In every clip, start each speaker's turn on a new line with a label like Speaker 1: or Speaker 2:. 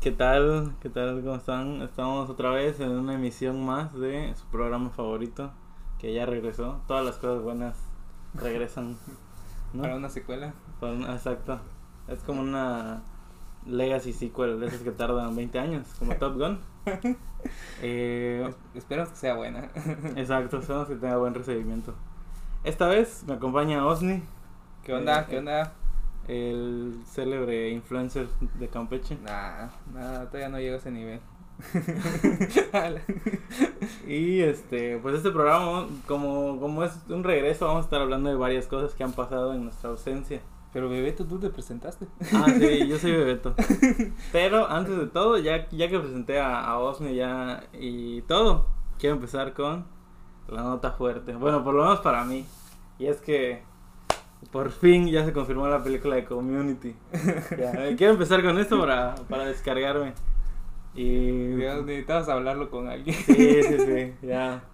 Speaker 1: ¿Qué tal? ¿Qué tal? ¿Cómo están? Estamos otra vez en una emisión más de su programa favorito, que ya regresó. Todas las cosas buenas regresan. ¿no?
Speaker 2: Para una secuela.
Speaker 1: Para una- exacto. Es como una legacy sequel de esas que tardan 20 años, como Top Gun. Eh,
Speaker 2: Espero que sea buena.
Speaker 1: exacto, esperamos que tenga buen recibimiento. Esta vez me acompaña Osni,
Speaker 2: ¿Qué onda?
Speaker 1: Eh,
Speaker 2: ¿Qué
Speaker 1: eh.
Speaker 2: onda?
Speaker 1: el célebre influencer de Campeche.
Speaker 2: Nah, nada, todavía no llego a ese nivel.
Speaker 1: Y este, pues este programa, como, como es un regreso, vamos a estar hablando de varias cosas que han pasado en nuestra ausencia.
Speaker 2: Pero bebé, tú, tú te presentaste.
Speaker 1: Ah, sí, yo soy Bebeto. Pero antes de todo, ya, ya que presenté a, a Osni ya y todo, quiero empezar con la nota fuerte. Bueno, por lo menos para mí. Y es que por fin ya se confirmó la película de Community. Ya, eh, quiero empezar con esto para, para descargarme. Y
Speaker 2: Dios, necesitabas hablarlo con alguien.
Speaker 1: Sí, sí, sí, ya.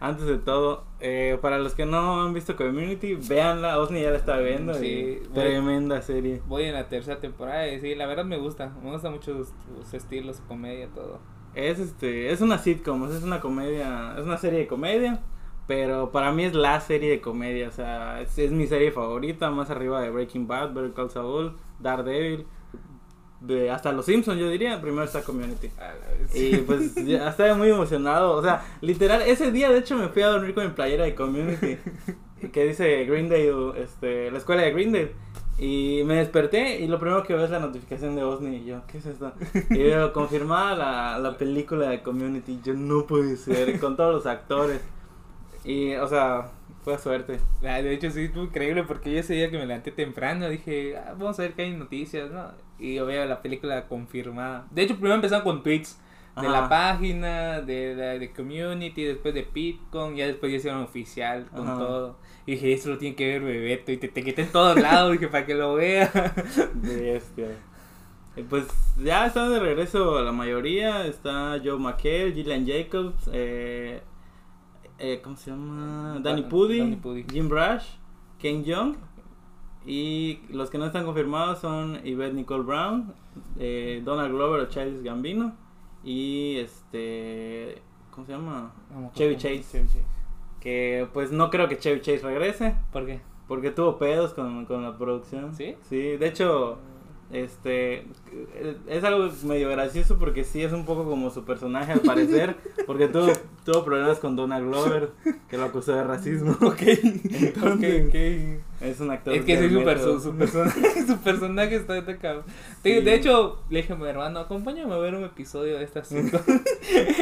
Speaker 1: Antes de todo, eh, para los que no han visto Community, véanla, Osni ya la está viendo.
Speaker 2: Sí,
Speaker 1: y
Speaker 2: voy-
Speaker 1: tremenda serie.
Speaker 2: Voy en la tercera temporada y sí, la verdad me gusta. Me gusta mucho sus, sus estilos, su comedia, todo.
Speaker 1: Es este, es una sitcom, es una comedia, es una serie de comedia, pero para mí es la serie de comedia, o sea, es, es mi serie favorita, más arriba de Breaking Bad, Better Call Saul, Daredevil, de hasta Los Simpsons yo diría, primero está Community.
Speaker 2: A la vez.
Speaker 1: Y pues ya estaba muy emocionado. O sea, literal, ese día de hecho me fui a dormir con mi playera de community. Que dice Greendale, este, la escuela de Greendale. Y me desperté y lo primero que veo es la notificación de Osni. Y yo, ¿qué es esto? Y veo confirmada la, la película de community. Yo no pude ser con todos los actores. Y, o sea, fue suerte.
Speaker 2: Ah, de hecho, sí, fue increíble porque yo ese día que me levanté temprano dije, "Ah, vamos a ver qué hay noticias, ¿no? Y yo veo la película confirmada. De hecho, primero empezaron con tweets de
Speaker 1: Ajá.
Speaker 2: la página, de la de community, después de Pitcon, ya después ya hicieron oficial con
Speaker 1: Ajá.
Speaker 2: todo. Y dije, eso lo tiene que ver Bebeto, y te, te quité en todos lados, dije, para que lo vea.
Speaker 1: Bestia. este. Y pues ya están de regreso la mayoría. Está Joe McHale, Gillian Jacobs, eh, eh, ¿cómo se llama? Danny
Speaker 2: Dan-
Speaker 1: Pudi,
Speaker 2: Danny Pudi.
Speaker 1: Jim Rush, Ken Young. Y los que no están confirmados son Yvette Nicole Brown, eh, Donald Glover o Childish Gambino. Y este. ¿Cómo se llama? Chevy Chase. Que pues no creo que Chevy Chase regrese.
Speaker 2: ¿Por qué?
Speaker 1: Porque tuvo pedos con, con la producción.
Speaker 2: ¿Sí?
Speaker 1: Sí, de hecho, este. Es algo medio gracioso porque sí es un poco como su personaje al parecer. Porque tuvo, tuvo problemas con Donald Glover, que lo acusó de racismo.
Speaker 2: Ok,
Speaker 1: Entonces,
Speaker 2: ok, ok.
Speaker 1: Es un actor.
Speaker 2: Es que
Speaker 1: de
Speaker 2: sí, su,
Speaker 1: método.
Speaker 2: perso- su personaje, su personaje está está cabrón. Te-
Speaker 1: Sí.
Speaker 2: De hecho, le dije a mi hermano, acompáñame a ver un episodio de estas cinco.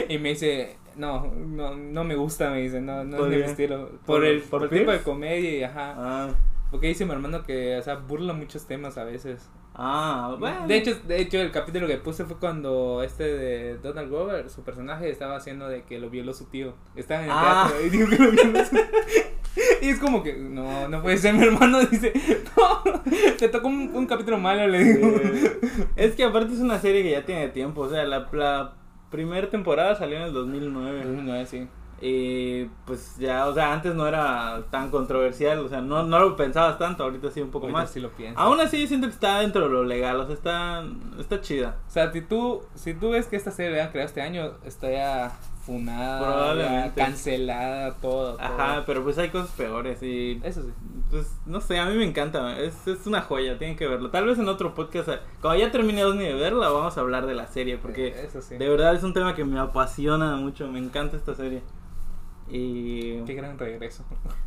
Speaker 2: y me dice, no, no, no me gusta, me dice, no, no
Speaker 1: ¿Por
Speaker 2: es de mi
Speaker 1: qué?
Speaker 2: estilo. Por,
Speaker 1: ¿Por-
Speaker 2: el,
Speaker 1: por
Speaker 2: por el tipo
Speaker 1: Pierce?
Speaker 2: de comedia y ajá.
Speaker 1: Ah,
Speaker 2: Porque dice mi hermano que, o sea, burla muchos temas a veces.
Speaker 1: ah, bueno.
Speaker 2: De hecho, de hecho, el capítulo que puse fue cuando este de Donald Glover, su personaje, estaba haciendo de que lo violó su tío. Estaba en el
Speaker 1: Ah.
Speaker 2: teatro y dijo que lo violó su Y es como que, no, no puede ser, mi hermano dice, no, te tocó un, un capítulo malo, le digo.
Speaker 1: Eh, es que aparte es una serie que ya tiene tiempo. O sea, la, la primera temporada salió en el 2009.
Speaker 2: No, sí.
Speaker 1: Y pues ya, o sea, antes no era tan controversial, o sea, no, no lo pensabas tanto, ahorita sí un poco
Speaker 2: Ahorita
Speaker 1: más. Ah.
Speaker 2: sí lo pienso.
Speaker 1: Aún así siento que está dentro de lo legal, o sea, está, está chida.
Speaker 2: O sea, si tú, si tú ves que esta serie la han creado este año, está ya funada,
Speaker 1: Probablemente.
Speaker 2: ya cancelada, todo. todo.
Speaker 1: Ajá, pero pues hay cosas peores y
Speaker 2: Eso sí.
Speaker 1: pues no sé, a mí me encanta, es, es una joya, tienen que verlo. Tal vez en otro podcast, eh, cuando ya termine Disney de verla, vamos a hablar de la serie, porque
Speaker 2: Eso Eh, sí.
Speaker 1: de verdad es un tema que me apasiona mucho, me encanta esta serie. Y...
Speaker 2: Qué gran regreso.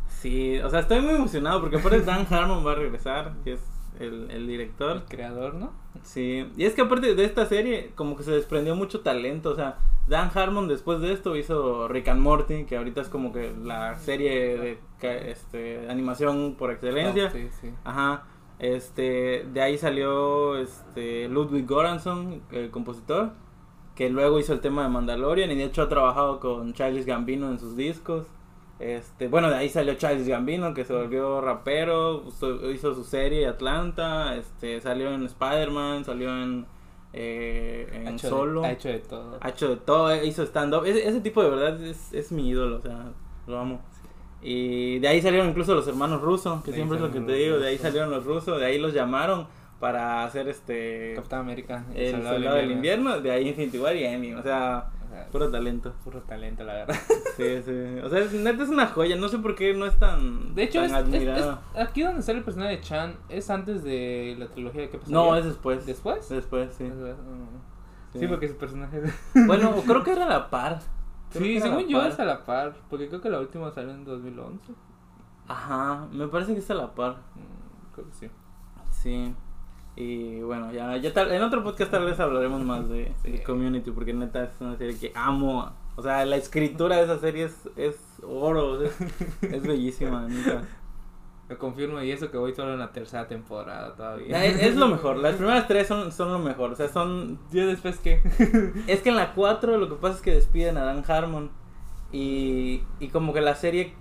Speaker 1: Sí, o sea, estoy muy emocionado porque aparte Dan Harmon va a regresar, que es el, el director.
Speaker 2: El creador, ¿no?
Speaker 1: Sí, y es que aparte de esta serie, como que se desprendió mucho talento, o sea, Dan Harmon después de esto hizo Rick and Morty, que ahorita es como que la serie de ca- este, animación por excelencia.
Speaker 2: Oh, sí, sí.
Speaker 1: Ajá, este, de ahí salió este, Ludwig Göransson, el compositor, que luego hizo el tema de Mandalorian y de hecho ha trabajado con Charles Gambino en sus discos. Este, bueno, de ahí salió Charles Gambino, que se volvió rapero, hizo- hizo su serie Atlanta, este, salió en Spider-Man, salió en, eh, en
Speaker 2: Ha hecho de-
Speaker 1: Solo,
Speaker 2: ha hecho de todo.
Speaker 1: ha hecho de todo, eh, hizo stand-up. Ese, ese tipo de verdad es, es mi ídolo, o sea, lo amo. Y de ahí salieron incluso los hermanos rusos, que
Speaker 2: De ahí
Speaker 1: siempre es lo que
Speaker 2: salieron
Speaker 1: te
Speaker 2: los
Speaker 1: digo, de ahí
Speaker 2: rusos.
Speaker 1: salieron los rusos, de ahí los llamaron para hacer este.
Speaker 2: Capitán América.
Speaker 1: El soldado, del invierno, de ahí Infinity War y Emmy. O sea,
Speaker 2: O sea,
Speaker 1: puro talento.
Speaker 2: puro talento, la verdad.
Speaker 1: Sí, sí. O sea, es- neta es una joya. No sé por qué no es tan.
Speaker 2: De hecho,
Speaker 1: tan
Speaker 2: es, es-
Speaker 1: admirado.
Speaker 2: es- aquí donde sale el personaje de Chan es antes de la trilogía de qué pasó.
Speaker 1: no, es después.
Speaker 2: después.
Speaker 1: Después, sí.
Speaker 2: Es verdad, mm. Sí.
Speaker 1: Sí.
Speaker 2: porque su personaje. es-
Speaker 1: Bueno, creo que era a la par. Creo que
Speaker 2: Sí,
Speaker 1: era a la
Speaker 2: según yo
Speaker 1: par.
Speaker 2: es a la par. Porque creo que la última salió en 2011.
Speaker 1: Ajá, me parece que es a la par.
Speaker 2: Mm, Creo que sí.
Speaker 1: Sí. Y bueno, ya, ya tal- en otro podcast tal vez hablaremos más de,
Speaker 2: Sí.
Speaker 1: de Community, porque neta es una serie que amo. O sea, la escritura de esa serie es, es oro, o sea, es, es bellísima, neta.
Speaker 2: Lo confirmo y eso que voy solo en la tercera temporada todavía.
Speaker 1: Ah, Es, es lo mejor, las primeras tres son, son lo mejor, o sea, son...
Speaker 2: ¿Yo después qué?
Speaker 1: Es que en la cuatro lo que pasa es que despiden a Dan Harmon y, y como que la serie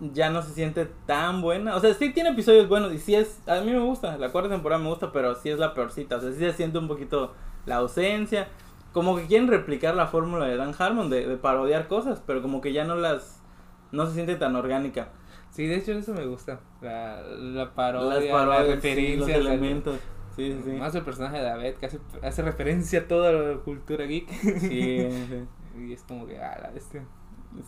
Speaker 1: ya no se siente tan buena. O sea, sí tiene episodios buenos y sí es... A mí me gusta, la cuarta temporada me gusta, pero sí es la peorcita. O sea, sí se siente un poquito la ausencia. Como que quieren replicar la fórmula de Dan Harmon de, de parodiar cosas, pero como que ya no las... No se siente tan orgánica.
Speaker 2: Sí, de hecho eso me gusta. La, la
Speaker 1: Las
Speaker 2: parodia, la
Speaker 1: parodias, sí,
Speaker 2: referencia.
Speaker 1: los
Speaker 2: la-
Speaker 1: elementos. Sí, sí, sí.
Speaker 2: Más el personaje de Abed que hace, hace referencia a toda la cultura geek.
Speaker 1: Sí, sí.
Speaker 2: Y es como que, ah, la bestia.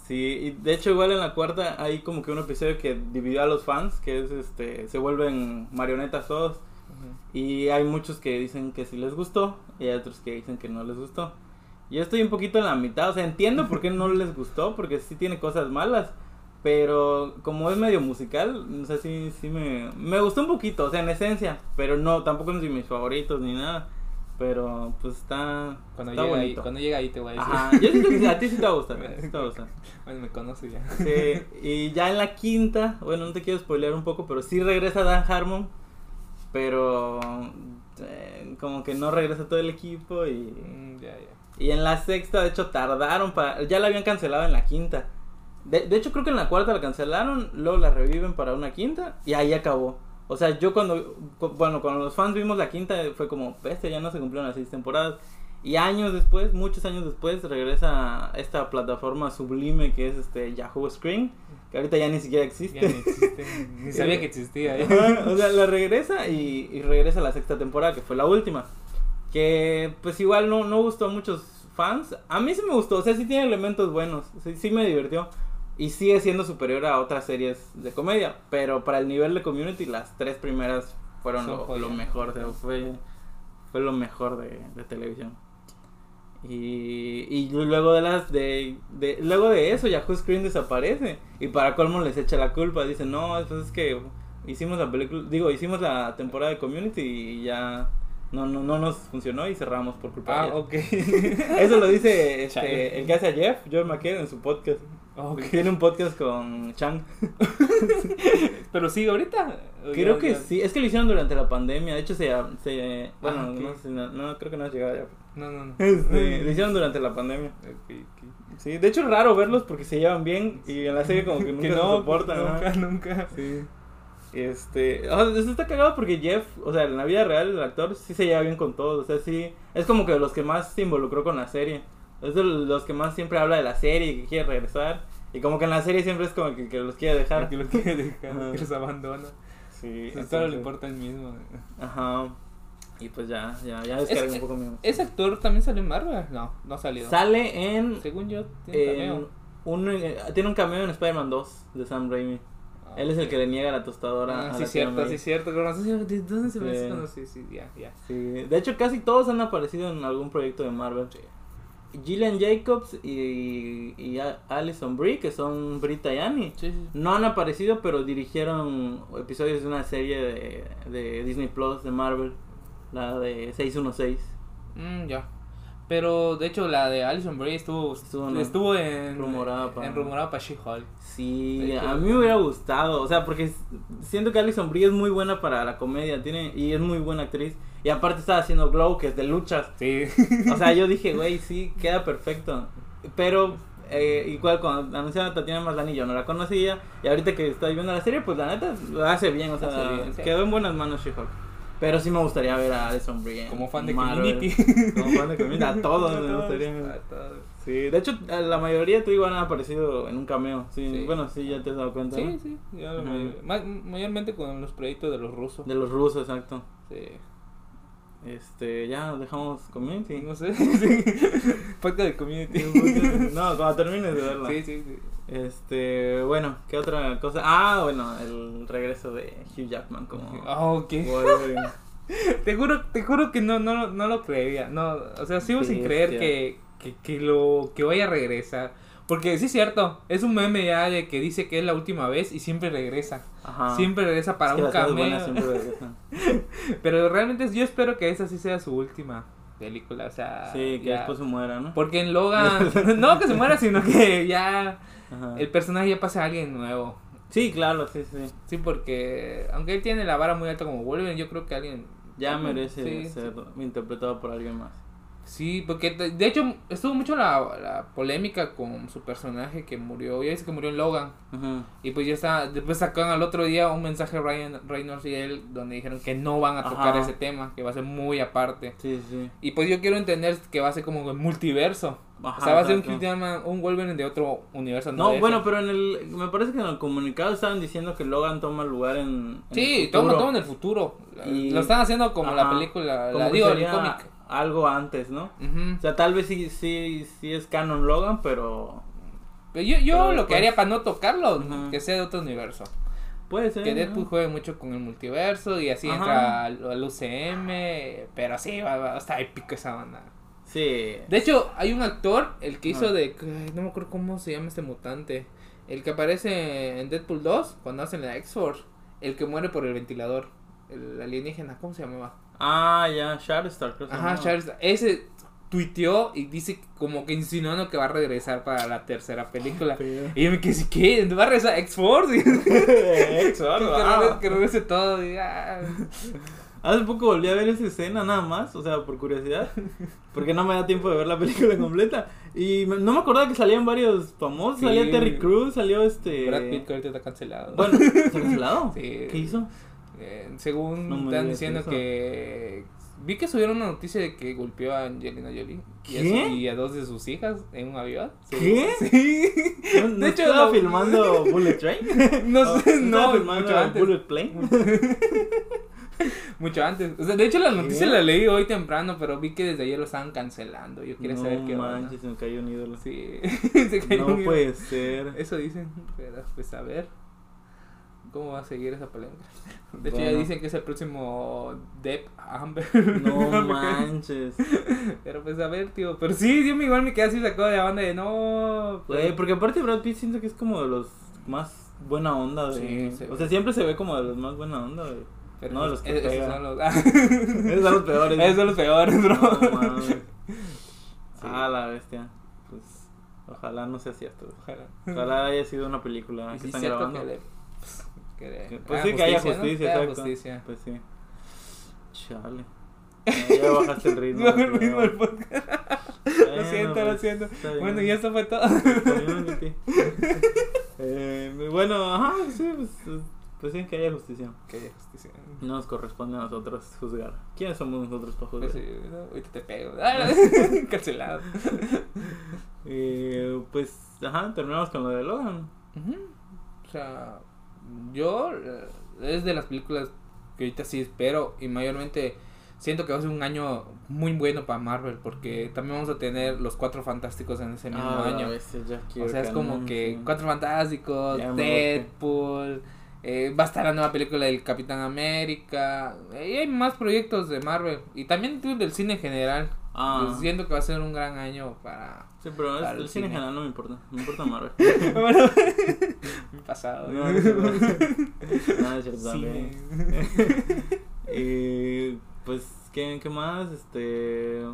Speaker 1: Sí, y de hecho igual en la cuarta hay como que un episodio que dividió a los fans, que es este, se vuelven marionetas todos,
Speaker 2: Ujú.
Speaker 1: y hay muchos que dicen que sí les gustó, y hay otros que dicen que no les gustó. Yo estoy un poquito en la mitad, o sea, entiendo por qué no les gustó, porque sí tiene cosas malas, pero como es medio musical, o sea, sí, sí me, me gustó un poquito, o sea, en esencia, pero no, tampoco es de mis favoritos ni nada, pero pues está,
Speaker 2: Cuando,
Speaker 1: está
Speaker 2: llega ahí,
Speaker 1: bonito.
Speaker 2: cuando llega ahí te voy a decir.
Speaker 1: Ajá, yo siento que sí, a ti sí te va a gustar, a ti sí te va a gustar.
Speaker 2: Bueno, me conoce ya.
Speaker 1: Sí, y ya en la quinta, bueno, no te quiero spoilear un poco, pero sí regresa Dan Harmon, pero eh, como que no regresa todo el equipo y,
Speaker 2: Mm, ya, ya.
Speaker 1: y en la sexta, de hecho, tardaron para, ya la habían cancelado en la quinta. De, de hecho, creo que en la cuarta la cancelaron, luego la reviven para una quinta y ahí acabó. O sea, yo cuando, cu- bueno, cuando los fans vimos la quinta fue como, este ya no se cumplieron las seis temporadas. Y años después, muchos años después, regresa esta plataforma sublime que es este Yahoo Screen, que ahorita ya ni siquiera existe.
Speaker 2: Ya ni existe. Ni sabía que existía. ya. Ah,
Speaker 1: Ajá, o sea, la regresa y, y regresa la sexta temporada, que fue la última. Que pues igual no, no gustó a muchos fans. A mí sí me gustó, o sea, sí tiene elementos buenos, sí, sí me divirtió. Y sigue siendo superior a otras series de comedia, pero para el nivel de community las tres primeras fueron
Speaker 2: Son
Speaker 1: lo,
Speaker 2: joya.
Speaker 1: lo mejor, o sea, fue, fue lo mejor de, de televisión. Y, y luego de las de, de- luego de eso Yahoo Screen desaparece y para colmo les echa la culpa, dicen, "No, entonces es que hicimos la película, digo, hicimos la temporada de Community y ya no no no nos funcionó y cerramos por culpa de
Speaker 2: Ah,
Speaker 1: ella".
Speaker 2: ok.
Speaker 1: Eso lo dice
Speaker 2: Chale.
Speaker 1: este, el que hace a Jeff, Joe McKellen en su podcast.
Speaker 2: ok.
Speaker 1: Tiene un podcast con Chang.
Speaker 2: Pero sí, ahorita. o
Speaker 1: Creo
Speaker 2: ya-
Speaker 1: que
Speaker 2: ya-
Speaker 1: sí, es que lo hicieron durante la pandemia. De hecho, se. se bueno,
Speaker 2: Ah, ok.
Speaker 1: no, sé, no, no, creo que no ha llegado ya.
Speaker 2: No, no, no.
Speaker 1: Este, lo hicieron durante la pandemia.
Speaker 2: Ok, ok.
Speaker 1: Sí, de hecho es raro verlos porque se llevan bien y en la serie como que nunca se soportan. ¿no?
Speaker 2: pues, Nunca, nunca.
Speaker 1: Sí. Este, o sea, eso está cagado porque Jeff, o sea, en la vida real el actor sí se lleva bien con todos, o sea, sí, es como que de los que más se involucró con la serie, es de los que más siempre habla de la serie y que quiere regresar, y como que en la serie siempre es como que, que los quiere dejar.
Speaker 2: Que lo quiere dejar,
Speaker 1: Ajá.
Speaker 2: que los abandona.
Speaker 1: Sí,
Speaker 2: Entonces, solo le
Speaker 1: entonces-
Speaker 2: importa el mismo.
Speaker 1: Ajá, y pues ya, ya, ya descargué un poco mi emoción.
Speaker 2: ¿Ese actor también sale en Marvel? No, no ha salido.
Speaker 1: Sale en,
Speaker 2: Según yo, tiene
Speaker 1: en
Speaker 2: cameo.
Speaker 1: un, eh, tiene un cameo en Spider-Man 2 de Sam Raimi,
Speaker 2: Ah,
Speaker 1: él es el
Speaker 2: ok.
Speaker 1: que le niega la tostadora
Speaker 2: Ah,
Speaker 1: a
Speaker 2: sí,
Speaker 1: la tía
Speaker 2: cierto,
Speaker 1: May.
Speaker 2: sí, cierto. pero no sé si- ¿De dónde se
Speaker 1: Sí.
Speaker 2: ve eso? No sé, sí, ya, ya.
Speaker 1: Sí, de hecho casi todos han aparecido en algún proyecto de Marvel. Gillian Jacobs y, y A- Alison Brie, que son Brita y Annie,
Speaker 2: Sí, sí.
Speaker 1: no han aparecido, pero dirigieron episodios de una serie de, de Disney Plus de Marvel, la de 616.
Speaker 2: Mm, ya. Pero de hecho la de Alison Brie estuvo
Speaker 1: Estuvo
Speaker 2: estuvo,
Speaker 1: en-
Speaker 2: en
Speaker 1: rumorada pa-
Speaker 2: en rumorada para She-Hulk.
Speaker 1: Sí,
Speaker 2: Es que-
Speaker 1: a mí me hubiera gustado, o sea, porque s- siento que Alison Brie es muy buena para la comedia, tiene y es muy buena actriz, y aparte estaba haciendo Glow, que es de luchas.
Speaker 2: Sí.
Speaker 1: O sea, yo dije, güey, sí, queda perfecto. Pero eh, igual cuando anunciaron a Tatiana Maslany yo no la conocía. Y ahorita que estoy viendo la serie, pues la neta la hace bien. O sea,
Speaker 2: Hace bien, sí.
Speaker 1: quedó en buenas manos She-Hulk. Pero sí me gustaría ver a Alison Brie. en
Speaker 2: Como fan de
Speaker 1: Marvel.
Speaker 2: Community.
Speaker 1: Como fan de Community. A todos me gustaría.
Speaker 2: A todos.
Speaker 1: Sí, de hecho, a la mayoría tú igual han aparecido en un cameo. Sí,
Speaker 2: Sí.
Speaker 1: bueno, sí, ya te has dado cuenta. ¿no?
Speaker 2: Sí, sí. ya la
Speaker 1: Ajá.
Speaker 2: mayor- ma- mayormente con los proyectos de los rusos.
Speaker 1: De los rusos, exacto.
Speaker 2: Sí.
Speaker 1: Este, ya nos dejamos community.
Speaker 2: No sé. sí. Podcast de community.
Speaker 1: No, cuando termines de verla.
Speaker 2: Sí, sí, sí.
Speaker 1: Este, bueno, ¿qué otra cosa? Ah, bueno, el regreso de Hugh Jackman como
Speaker 2: Ah, ok.
Speaker 1: Wolverine.
Speaker 2: Te juro, te juro que no, no, no lo creía. No, o sea, sigo sin creer que, que, que lo que vaya a regresar. Porque sí es cierto, es un meme ya de que dice que es la última vez y siempre regresa.
Speaker 1: Ajá.
Speaker 2: Siempre regresa
Speaker 1: Ah. Es
Speaker 2: para
Speaker 1: que
Speaker 2: un
Speaker 1: las cosas buenas
Speaker 2: cameo.
Speaker 1: siempre regresan.
Speaker 2: Pero realmente yo espero que esa sí sea su última película. O sea,
Speaker 1: Sí, que
Speaker 2: Ah, ya.
Speaker 1: después se muera, ¿no?
Speaker 2: Porque en Logan, no que se muera, sino que ya
Speaker 1: Ajá.
Speaker 2: el personaje ya pase a alguien nuevo.
Speaker 1: Sí, claro, sí, sí.
Speaker 2: Sí, porque aunque él tiene la vara muy alta como Wolverine, yo creo que alguien...
Speaker 1: Ya
Speaker 2: alguien-
Speaker 1: merece
Speaker 2: sí, sí.
Speaker 1: ser interpretado por alguien más.
Speaker 2: Sí, porque de de hecho estuvo mucho la, la polémica con su personaje que murió. Ya dice que murió en Logan.
Speaker 1: Ajá.
Speaker 2: Y pues ya está. Después sacaron al otro día un mensaje Ryan Reynolds y él donde dijeron que no van a tocar
Speaker 1: Ajá.
Speaker 2: ese tema, que va a ser muy aparte.
Speaker 1: Sí, sí.
Speaker 2: Y pues yo quiero entender que va a ser como el multiverso.
Speaker 1: Ajá,
Speaker 2: o sea, va a ser un,
Speaker 1: exacto.
Speaker 2: Hugh Jackman- un Wolverine de otro universo.
Speaker 1: No,
Speaker 2: de
Speaker 1: bueno,
Speaker 2: ese.
Speaker 1: pero en el. Me parece que en el comunicado estaban diciendo que Logan toma lugar en. en
Speaker 2: Sí,
Speaker 1: el futuro.
Speaker 2: toma, toma en el futuro.
Speaker 1: Y-
Speaker 2: Lo están haciendo como la
Speaker 1: Ajá.
Speaker 2: película,
Speaker 1: Como
Speaker 2: la
Speaker 1: que
Speaker 2: digo, el
Speaker 1: sería
Speaker 2: cómic.
Speaker 1: Algo antes, ¿no?
Speaker 2: Ujú.
Speaker 1: O sea, tal vez sí, sí, sí es canon Logan, pero.
Speaker 2: Pero yo yo
Speaker 1: pero pues
Speaker 2: lo que
Speaker 1: después-
Speaker 2: haría para no tocarlo,
Speaker 1: Ujú.
Speaker 2: que sea de otro universo.
Speaker 1: Puede ser.
Speaker 2: Que
Speaker 1: ¿no?
Speaker 2: Deadpool juegue mucho con el multiverso y así
Speaker 1: Ajá.
Speaker 2: entra al, al UCM, pero sí, va, va, está épico esa banda.
Speaker 1: Sí.
Speaker 2: De hecho, hay un actor, el que hizo
Speaker 1: Ah.
Speaker 2: de... ay, No me acuerdo cómo se llama este mutante. El que aparece en Deadpool 2 cuando hacen la X-Force. El que muere por el ventilador. El alienígena, ¿cómo se llamaba?
Speaker 1: Ah, ya, Shatterstar, creo que se
Speaker 2: Ajá,
Speaker 1: llamaba.
Speaker 2: Charles. Ese tuiteó y dice como que insinuando que va a regresar para la tercera película.
Speaker 1: Pero-
Speaker 2: Y yo me quedé, así, ¿qué? ¿Va a regresar X-Force?
Speaker 1: Eso,
Speaker 2: que,
Speaker 1: wow.
Speaker 2: regrese, que regrese todo. y, ah.
Speaker 1: Hace poco volví a ver esa escena nada más, o sea, por curiosidad, porque no me da tiempo de ver la película completa. Y me- no me acordaba que salían varios famosos,
Speaker 2: Sí.
Speaker 1: salía Terry Crews, salió este...
Speaker 2: Brad Pitt que ahorita está cancelado.
Speaker 1: Bueno, ¿está cancelado?
Speaker 2: Sí.
Speaker 1: ¿Qué hizo?
Speaker 2: Eh, según
Speaker 1: No me
Speaker 2: están
Speaker 1: digas
Speaker 2: diciendo
Speaker 1: eso.
Speaker 2: que... Vi que subieron una noticia de que golpeó a Angelina Jolie. Y a su-
Speaker 1: ¿Qué?
Speaker 2: Y a dos de sus hijas en un avión. Sí.
Speaker 1: ¿Qué?
Speaker 2: Sí.
Speaker 1: ¿No, no
Speaker 2: De hecho,
Speaker 1: estaba
Speaker 2: no.
Speaker 1: filmando Bullet Train?
Speaker 2: No sé,
Speaker 1: estaba
Speaker 2: no, mucho
Speaker 1: filmando
Speaker 2: antes.
Speaker 1: Bullet Plane?
Speaker 2: Mucho antes. O sea, de hecho, la noticia
Speaker 1: ¿Qué?
Speaker 2: la leí hoy temprano, pero vi que desde ayer lo estaban cancelando. Yo quería
Speaker 1: no
Speaker 2: saber qué onda.
Speaker 1: manches, se me cayó un ídolo.
Speaker 2: Sí. Se cayó
Speaker 1: No pues.
Speaker 2: un guión.
Speaker 1: puede ser.
Speaker 2: Eso dicen, pero pues a ver cómo va a seguir esa polémica. De hecho ya
Speaker 1: Bueno.
Speaker 2: dicen que es el próximo Depp Amber.
Speaker 1: No manches.
Speaker 2: Pero pues a ver, tío. Pero sí, yo me igual me quedé así sacado de la banda de no. pues,
Speaker 1: Güey, porque aparte Brad Pitt siento que es como de los más buena onda de...
Speaker 2: Sí, se
Speaker 1: o
Speaker 2: ve.
Speaker 1: sea, siempre se ve como de los más buena onda de...
Speaker 2: pero
Speaker 1: no,
Speaker 2: pues,
Speaker 1: los que
Speaker 2: es- esos
Speaker 1: pegan.
Speaker 2: son los...
Speaker 1: Esos son los peores.
Speaker 2: Esos son los peores, bro.
Speaker 1: No, mames.
Speaker 2: Sí.
Speaker 1: Ah, la bestia. Pues, ojalá no sea cierto.
Speaker 2: Ojalá.
Speaker 1: Ojalá haya sido una película
Speaker 2: Y
Speaker 1: que
Speaker 2: sí
Speaker 1: están
Speaker 2: es cierto
Speaker 1: grabando.
Speaker 2: que le- pues, que le-
Speaker 1: Que- Pues
Speaker 2: hagan
Speaker 1: sí, que haya
Speaker 2: ¿no?
Speaker 1: justicia,
Speaker 2: hagan
Speaker 1: exacto.
Speaker 2: justicia.
Speaker 1: Pues sí. Chale. No, ya bajaste el ritmo.
Speaker 2: Bajo el
Speaker 1: pero-
Speaker 2: ritmo del podcast.
Speaker 1: Bueno,
Speaker 2: Lo siento, lo
Speaker 1: pues,
Speaker 2: siento.
Speaker 1: está bien.
Speaker 2: Bueno, y eso fue todo.
Speaker 1: Community. Eh, bueno, ajá, sí, pues, pues sí, que haya justicia.
Speaker 2: Que haya justicia.
Speaker 1: No nos corresponde a nosotros juzgar. ¿Quiénes somos nosotros para juzgar?
Speaker 2: Pues,
Speaker 1: Eh,
Speaker 2: eh, no, ahorita te pego. Ah, Cancelado.
Speaker 1: Pues, ajá, terminamos con lo de Logan.
Speaker 2: Ujú. O sea, yo eh, es de las películas que ahorita sí espero y mayormente siento que va a ser un año muy bueno para Marvel porque también vamos a tener los cuatro fantásticos en ese mismo
Speaker 1: Ah,
Speaker 2: año.
Speaker 1: a veces ya
Speaker 2: O
Speaker 1: quiero
Speaker 2: sea, es como
Speaker 1: canon,
Speaker 2: que
Speaker 1: sí.
Speaker 2: cuatro fantásticos,
Speaker 1: Ya me
Speaker 2: Deadpool. eh, va a estar la nueva película del Capitán América. eh, y hay más proyectos de Marvel. Y también tú del cine en general.
Speaker 1: Ah.
Speaker 2: Pues siento que va a ser un gran año para,
Speaker 1: Sí, pero es,
Speaker 2: Para el
Speaker 1: el cine en
Speaker 2: cine.
Speaker 1: general no me importa. Me importa Marvel.
Speaker 2: Bueno, mi pasado.
Speaker 1: No, no, no. Pues Nada, es cierto,
Speaker 2: Cine.
Speaker 1: también. Eh, pues, ¿qué, ¿qué más? Este. eh,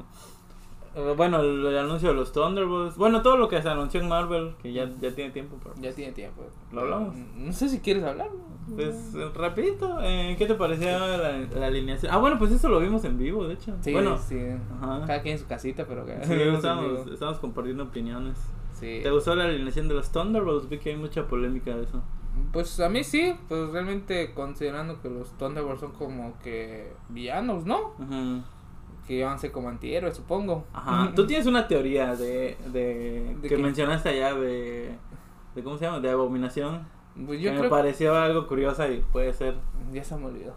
Speaker 1: Bueno, el, el anuncio de los Thunderbolts. Bueno, todo lo que se anunció en Marvel, que ya, ya tiene tiempo. Pero,
Speaker 2: Ya tiene tiempo. Mm,
Speaker 1: ¿Lo hablamos?
Speaker 2: No sé si quieres hablar.
Speaker 1: pues, eh, rapidito, eh, ¿qué te pareció la, la alineación? Ah, bueno, pues eso lo vimos en vivo, de hecho.
Speaker 2: Sí,
Speaker 1: bueno,
Speaker 2: sí.
Speaker 1: Ajá.
Speaker 2: Cada quien en su casita, pero que.
Speaker 1: sí, estamos, estamos compartiendo opiniones.
Speaker 2: Sí.
Speaker 1: ¿Te gustó la alineación de los Thunderbolts? Vi que hay mucha polémica de eso.
Speaker 2: Pues a mí sí, pues realmente considerando que los Thunderbolts son como que villanos, ¿no?
Speaker 1: Ajá.
Speaker 2: Que van a ser como antihéroes, supongo.
Speaker 1: Ajá. Tú tienes una teoría de, de,
Speaker 2: Mm, ¿De
Speaker 1: que
Speaker 2: qué?
Speaker 1: mencionaste allá de, de cómo se llama, de abominación.
Speaker 2: Pues yo
Speaker 1: que me
Speaker 2: creo
Speaker 1: pareció algo curiosa y puede ser.
Speaker 2: Ya se me olvidó.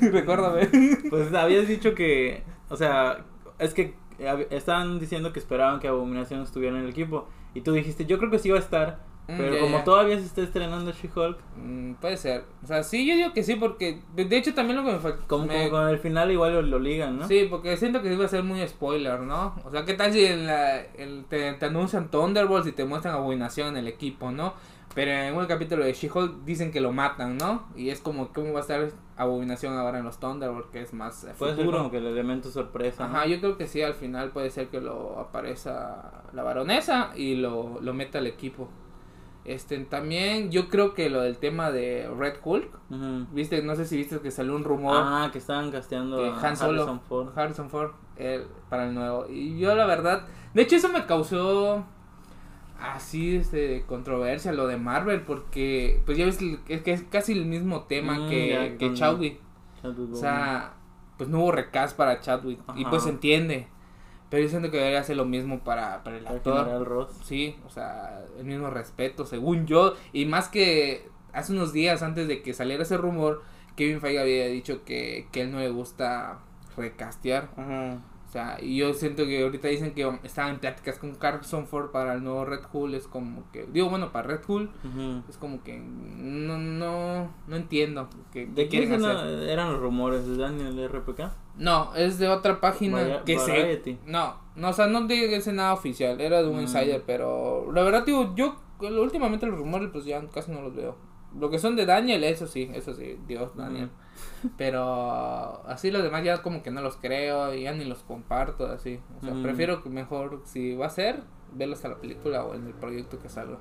Speaker 2: Recuérdame.
Speaker 1: Pues habías dicho que, o sea, es que eh, hab- estaban diciendo que esperaban que Abominación estuviera en el equipo. Y tú dijiste, yo creo que sí va a estar. Pero
Speaker 2: Ya,
Speaker 1: como
Speaker 2: ya.
Speaker 1: todavía se está estrenando She-Hulk,
Speaker 2: Mm, puede ser. O sea, sí, yo digo que sí, porque. De de hecho, también lo que me faltó.
Speaker 1: como, como con el final igual lo, lo ligan, ¿no?
Speaker 2: Sí, porque siento que iba a ser muy spoiler, ¿no? O sea, ¿qué tal si en la- el- te, te anuncian Thunderbolts y te muestran abominación en el equipo, ¿no? Pero en un capítulo de She-Hulk dicen que lo matan, ¿no? Y es como, ¿cómo va a estar abominación ahora en los Thunderbolts? Que es más eh,
Speaker 1: Puede ser
Speaker 2: futuro.
Speaker 1: como que el elemento sorpresa. ¿no?
Speaker 2: Ajá, yo creo que sí, al final puede ser que lo aparezca la baronesa y lo, lo meta al equipo. Este, también yo creo que lo del tema de Red Hulk,
Speaker 1: Ujú.
Speaker 2: viste, no sé si viste que salió un rumor
Speaker 1: Ah, que estaban casteando
Speaker 2: que
Speaker 1: a
Speaker 2: Han Solo,
Speaker 1: Harrison Ford.
Speaker 2: Harrison Ford, él, para el nuevo. Y yo la verdad, de hecho eso me causó así este controversia lo de Marvel porque pues ya ves el- es que es casi el mismo tema
Speaker 1: Mm,
Speaker 2: que,
Speaker 1: ya,
Speaker 2: que
Speaker 1: con-
Speaker 2: Chadwick.
Speaker 1: Chadwick
Speaker 2: O
Speaker 1: Boseman.
Speaker 2: sea, pues no hubo recast para Chadwick y
Speaker 1: Ajá.
Speaker 2: pues se entiende. Pero yo siento que debería hacer lo mismo para, para el
Speaker 1: Al
Speaker 2: actor.
Speaker 1: General Ross.
Speaker 2: Sí, o sea, el mismo respeto, según yo. Y más que hace unos días antes de que saliera ese rumor, Kevin Feige había dicho que, que él no le gusta recastear.
Speaker 1: Ajá.
Speaker 2: O sea, y yo siento que ahorita dicen que estaban en pláticas con Carson Ford para el nuevo Red Bull. Es como que, digo, bueno, para Red Bull,
Speaker 1: Ujú.
Speaker 2: es como que no, no, no entiendo. Que,
Speaker 1: ¿De qué
Speaker 2: quieren
Speaker 1: ese
Speaker 2: hacer.
Speaker 1: no- eran los rumores? ¿De Daniel RPK?
Speaker 2: No, es de otra página
Speaker 1: Vari-
Speaker 2: que
Speaker 1: Variety.
Speaker 2: se... No, no, o sea, no digo que sea nada oficial, era de un
Speaker 1: Mm.
Speaker 2: insider, pero la verdad, digo, yo lo- últimamente los rumores pues ya casi no los veo. Lo que son de Daniel, eso sí, eso sí, Dios, Daniel. Pero así los demás ya como que no los creo, ya ni los comparto, así. O sea,
Speaker 1: Mm.
Speaker 2: prefiero que mejor, si va a ser, verlos a la película o en el proyecto que salga.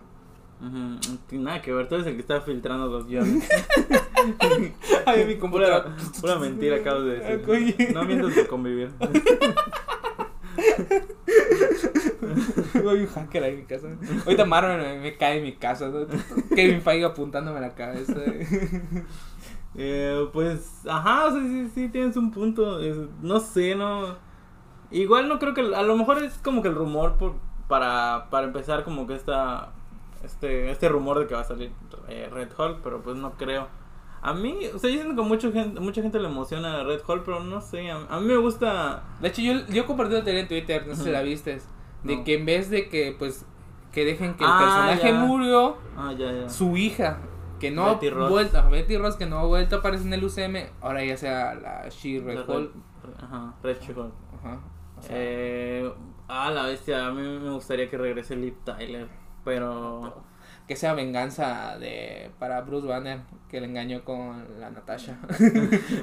Speaker 1: Ujú. No tiene Nada que ver, tú eres el que está filtrando los guiones.
Speaker 2: Ay, mi
Speaker 1: Pura,
Speaker 2: computadora.
Speaker 1: pura mentira acabas de
Speaker 2: Ah, oye.
Speaker 1: decir. No mientas de convivir.
Speaker 2: Tengo un hacker ahí en mi casa. Ahorita Marvel me, me cae en mi casa. ¿no? Kevin Feige apuntándome a la cabeza.
Speaker 1: Eh, pues, ajá, o sea, sí, sí, tienes un punto. Es- no sé, no. Igual no creo que. A lo mejor es como que el rumor por, para, para empezar, como que esta. Este, este rumor de que va a salir eh, Red Hulk, pero pues no creo. A mí, o sea, yo siento que mucha gente, mucha gente le emociona a Red Hulk, pero no sé. A, a mí me gusta.
Speaker 2: De hecho, yo, yo compartí una teoría en Twitter, no sé si
Speaker 1: Ujú.
Speaker 2: la viste. De
Speaker 1: No.
Speaker 2: que en vez de que, pues, que dejen que el
Speaker 1: Ah,
Speaker 2: personaje
Speaker 1: ya.
Speaker 2: murió,
Speaker 1: Ah, ya, ya.
Speaker 2: su hija, que no
Speaker 1: Betty
Speaker 2: ha
Speaker 1: Ross.
Speaker 2: vuelto, ajá, Betty Ross, que no ha vuelto a aparecer en el UCM, ahora ya sea la She
Speaker 1: La
Speaker 2: Red
Speaker 1: Red-
Speaker 2: Hulk.
Speaker 1: Ajá, Red Hulk.
Speaker 2: Ajá. o sea,
Speaker 1: Eh, ah, la bestia, a mí me gustaría que regrese Liv Tyler, pero...
Speaker 2: Que sea venganza de para Bruce Banner, que le engañó con la Natasha.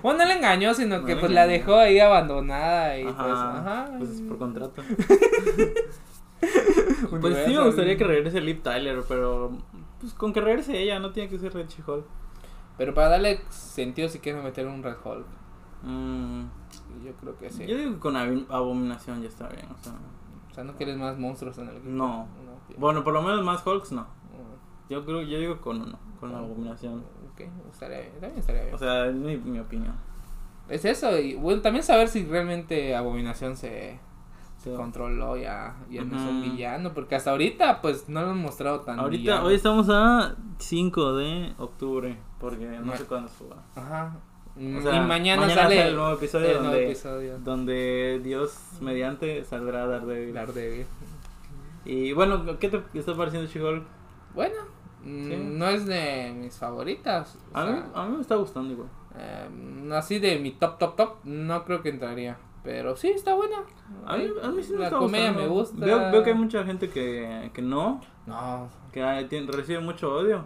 Speaker 2: bueno, no le engañó, sino
Speaker 1: No
Speaker 2: que
Speaker 1: le
Speaker 2: pues la
Speaker 1: engañó.
Speaker 2: dejó ahí abandonada y pues,
Speaker 1: Ajá,
Speaker 2: ajá.
Speaker 1: pues es por contrato.
Speaker 2: Universo.
Speaker 1: Pues sí, me gustaría que regrese Liv Tyler, pero... Pues con que regrese ella, no tiene que ser Red Hulk.
Speaker 2: Pero para darle sentido, si quieres meter un Red Hulk.
Speaker 1: Mm,
Speaker 2: Y Yo creo que sí.
Speaker 1: Yo digo que con Abi- Abominación ya está bien, o sea...
Speaker 2: O sea, no quieres más monstruos en el equipo.
Speaker 1: No.
Speaker 2: No, ok.
Speaker 1: Bueno, por lo menos más Hulks no.
Speaker 2: Mm,
Speaker 1: Yo creo, yo digo con uno, con la Abominación.
Speaker 2: Ok, estaría bien. También estaría bien.
Speaker 1: O sea, es mi, mi opinión.
Speaker 2: es eso. Y bueno, también saber si realmente Abominación se, se
Speaker 1: Sí.
Speaker 2: controló ya. Ya no es un
Speaker 1: Ujú.
Speaker 2: villano. Porque hasta ahorita, pues no lo han mostrado tan
Speaker 1: Ahorita,
Speaker 2: villano.
Speaker 1: hoy estamos a 5 de octubre, porque no
Speaker 2: Ma-
Speaker 1: sé cuándo suba.
Speaker 2: Ajá.
Speaker 1: O sea,
Speaker 2: Mm, y mañana, sale
Speaker 1: el nuevo episodio
Speaker 2: el nuevo
Speaker 1: donde,
Speaker 2: episodio. Mm.
Speaker 1: donde Dios mediante saldrá a dar de
Speaker 2: Daredevil.
Speaker 1: Y bueno, ¿qué te está pareciendo She-Hulk?
Speaker 2: Bueno, mm,
Speaker 1: Sí.
Speaker 2: no es de mis favoritas. o
Speaker 1: A mí,
Speaker 2: sea,
Speaker 1: a mí me está gustando igual.
Speaker 2: eh, así de mi top, top, top, no creo que entraría. Pero sí, está buena.
Speaker 1: A mí, a mí sí me
Speaker 2: La
Speaker 1: está
Speaker 2: comedia
Speaker 1: gustando.
Speaker 2: me gusta.
Speaker 1: Veo, veo que hay mucha gente que, que no,
Speaker 2: No,
Speaker 1: que hay- tiene- recibe mucho odio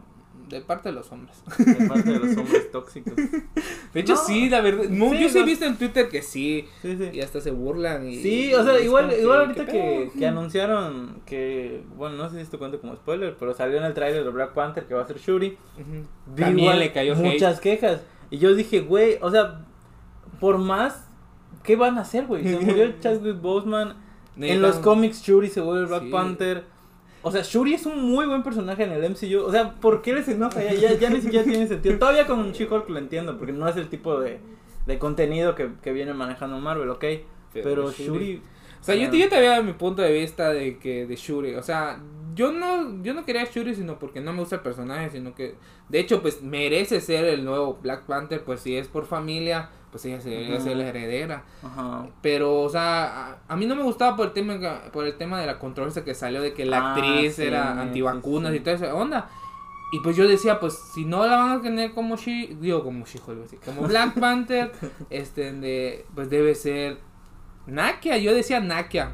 Speaker 2: de parte de los hombres.
Speaker 1: de parte de los hombres tóxicos.
Speaker 2: De hecho,
Speaker 1: No.
Speaker 2: sí, la verdad. no,
Speaker 1: Sí,
Speaker 2: yo sí he
Speaker 1: los-
Speaker 2: visto en Twitter que sí.
Speaker 1: Sí, sí.
Speaker 2: Y hasta se burlan. Y,
Speaker 1: Sí, o sea,
Speaker 2: y es
Speaker 1: igual,
Speaker 2: como que,
Speaker 1: igual
Speaker 2: ¿qué
Speaker 1: ahorita que,
Speaker 2: pedo?
Speaker 1: que anunciaron que, bueno, no sé si esto cuenta como spoiler, pero salió en el tráiler de Black Panther que va a ser Shuri.
Speaker 2: Ujú.
Speaker 1: Vi
Speaker 2: También
Speaker 1: igual
Speaker 2: le cayó hate.
Speaker 1: muchas quejas. Y yo dije, güey, o sea, por más, ¿qué van a hacer, güey? Se murió Chadwick Boseman. En los
Speaker 2: Necesitan-
Speaker 1: cómics, Shuri se vuelve Black
Speaker 2: Sí.
Speaker 1: Panther. O sea, Shuri es un muy buen personaje en el MCU. O sea, ¿por qué les enoja? Ya, ya, ya ni siquiera tiene sentido. Todavía con She-Hulk lo entiendo, porque no es el tipo de, de contenido que, que viene manejando Marvel, ¿ok? Pero, Shuri...
Speaker 2: O sea, yo, te- yo te había dado mi punto de vista de que de Shuri, o sea, yo no, yo no quería a Shuri, sino porque no me gusta el personaje, sino que, de hecho, pues merece ser el nuevo Black Panther, pues si es por familia, pues ella se debería
Speaker 1: Ujú.
Speaker 2: ser la heredera.
Speaker 1: Ajá.
Speaker 2: Pero, o sea, a, a mí no me gustaba por el tema que- por el tema de la controversia que salió de que la
Speaker 1: Ah,
Speaker 2: actriz
Speaker 1: sí,
Speaker 2: era antivacunas
Speaker 1: sí, sí.
Speaker 2: y toda esa onda. Y pues yo decía, pues si no la van a tener como she, digo como she como Black Panther, este de- pues debe ser Nakia, yo decía Nakia,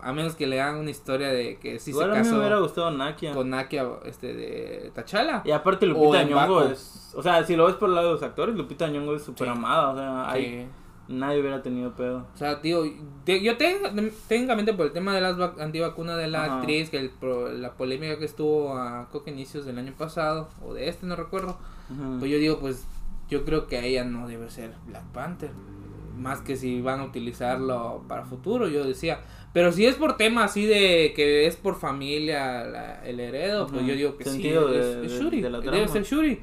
Speaker 2: a menos que le hagan una historia de que sí
Speaker 1: Igual
Speaker 2: se
Speaker 1: a mí me hubiera
Speaker 2: casó
Speaker 1: gustado Nakia.
Speaker 2: con Nakia este de Tachala.
Speaker 1: Y aparte
Speaker 2: O
Speaker 1: Lupita
Speaker 2: en
Speaker 1: Nyong'o
Speaker 2: Baco.
Speaker 1: es... O sea, si lo ves por el lado de los actores, Lupita Nyong'o es súper
Speaker 2: Sí.
Speaker 1: amada. O sea, ahí
Speaker 2: Sí.
Speaker 1: nadie hubiera tenido pedo.
Speaker 2: O sea, tío, te- yo te- técnicamente por el tema de las vac- antivacunas de la
Speaker 1: Ajá.
Speaker 2: actriz, que el pro- la polémica que estuvo a creo que inicios del año pasado, o de este, no recuerdo,
Speaker 1: Ujú.
Speaker 2: pues yo digo, pues yo creo que ella no debe ser Black Panther, más que si van a utilizarlo para futuro, yo decía. Pero si es por tema así de que es por familia la- el heredo, pues
Speaker 1: Ujú.
Speaker 2: yo digo que
Speaker 1: Sentido
Speaker 2: sí,
Speaker 1: de-
Speaker 2: es, es
Speaker 1: de-
Speaker 2: Shuri,
Speaker 1: de la
Speaker 2: debe
Speaker 1: trama.
Speaker 2: ser Shuri.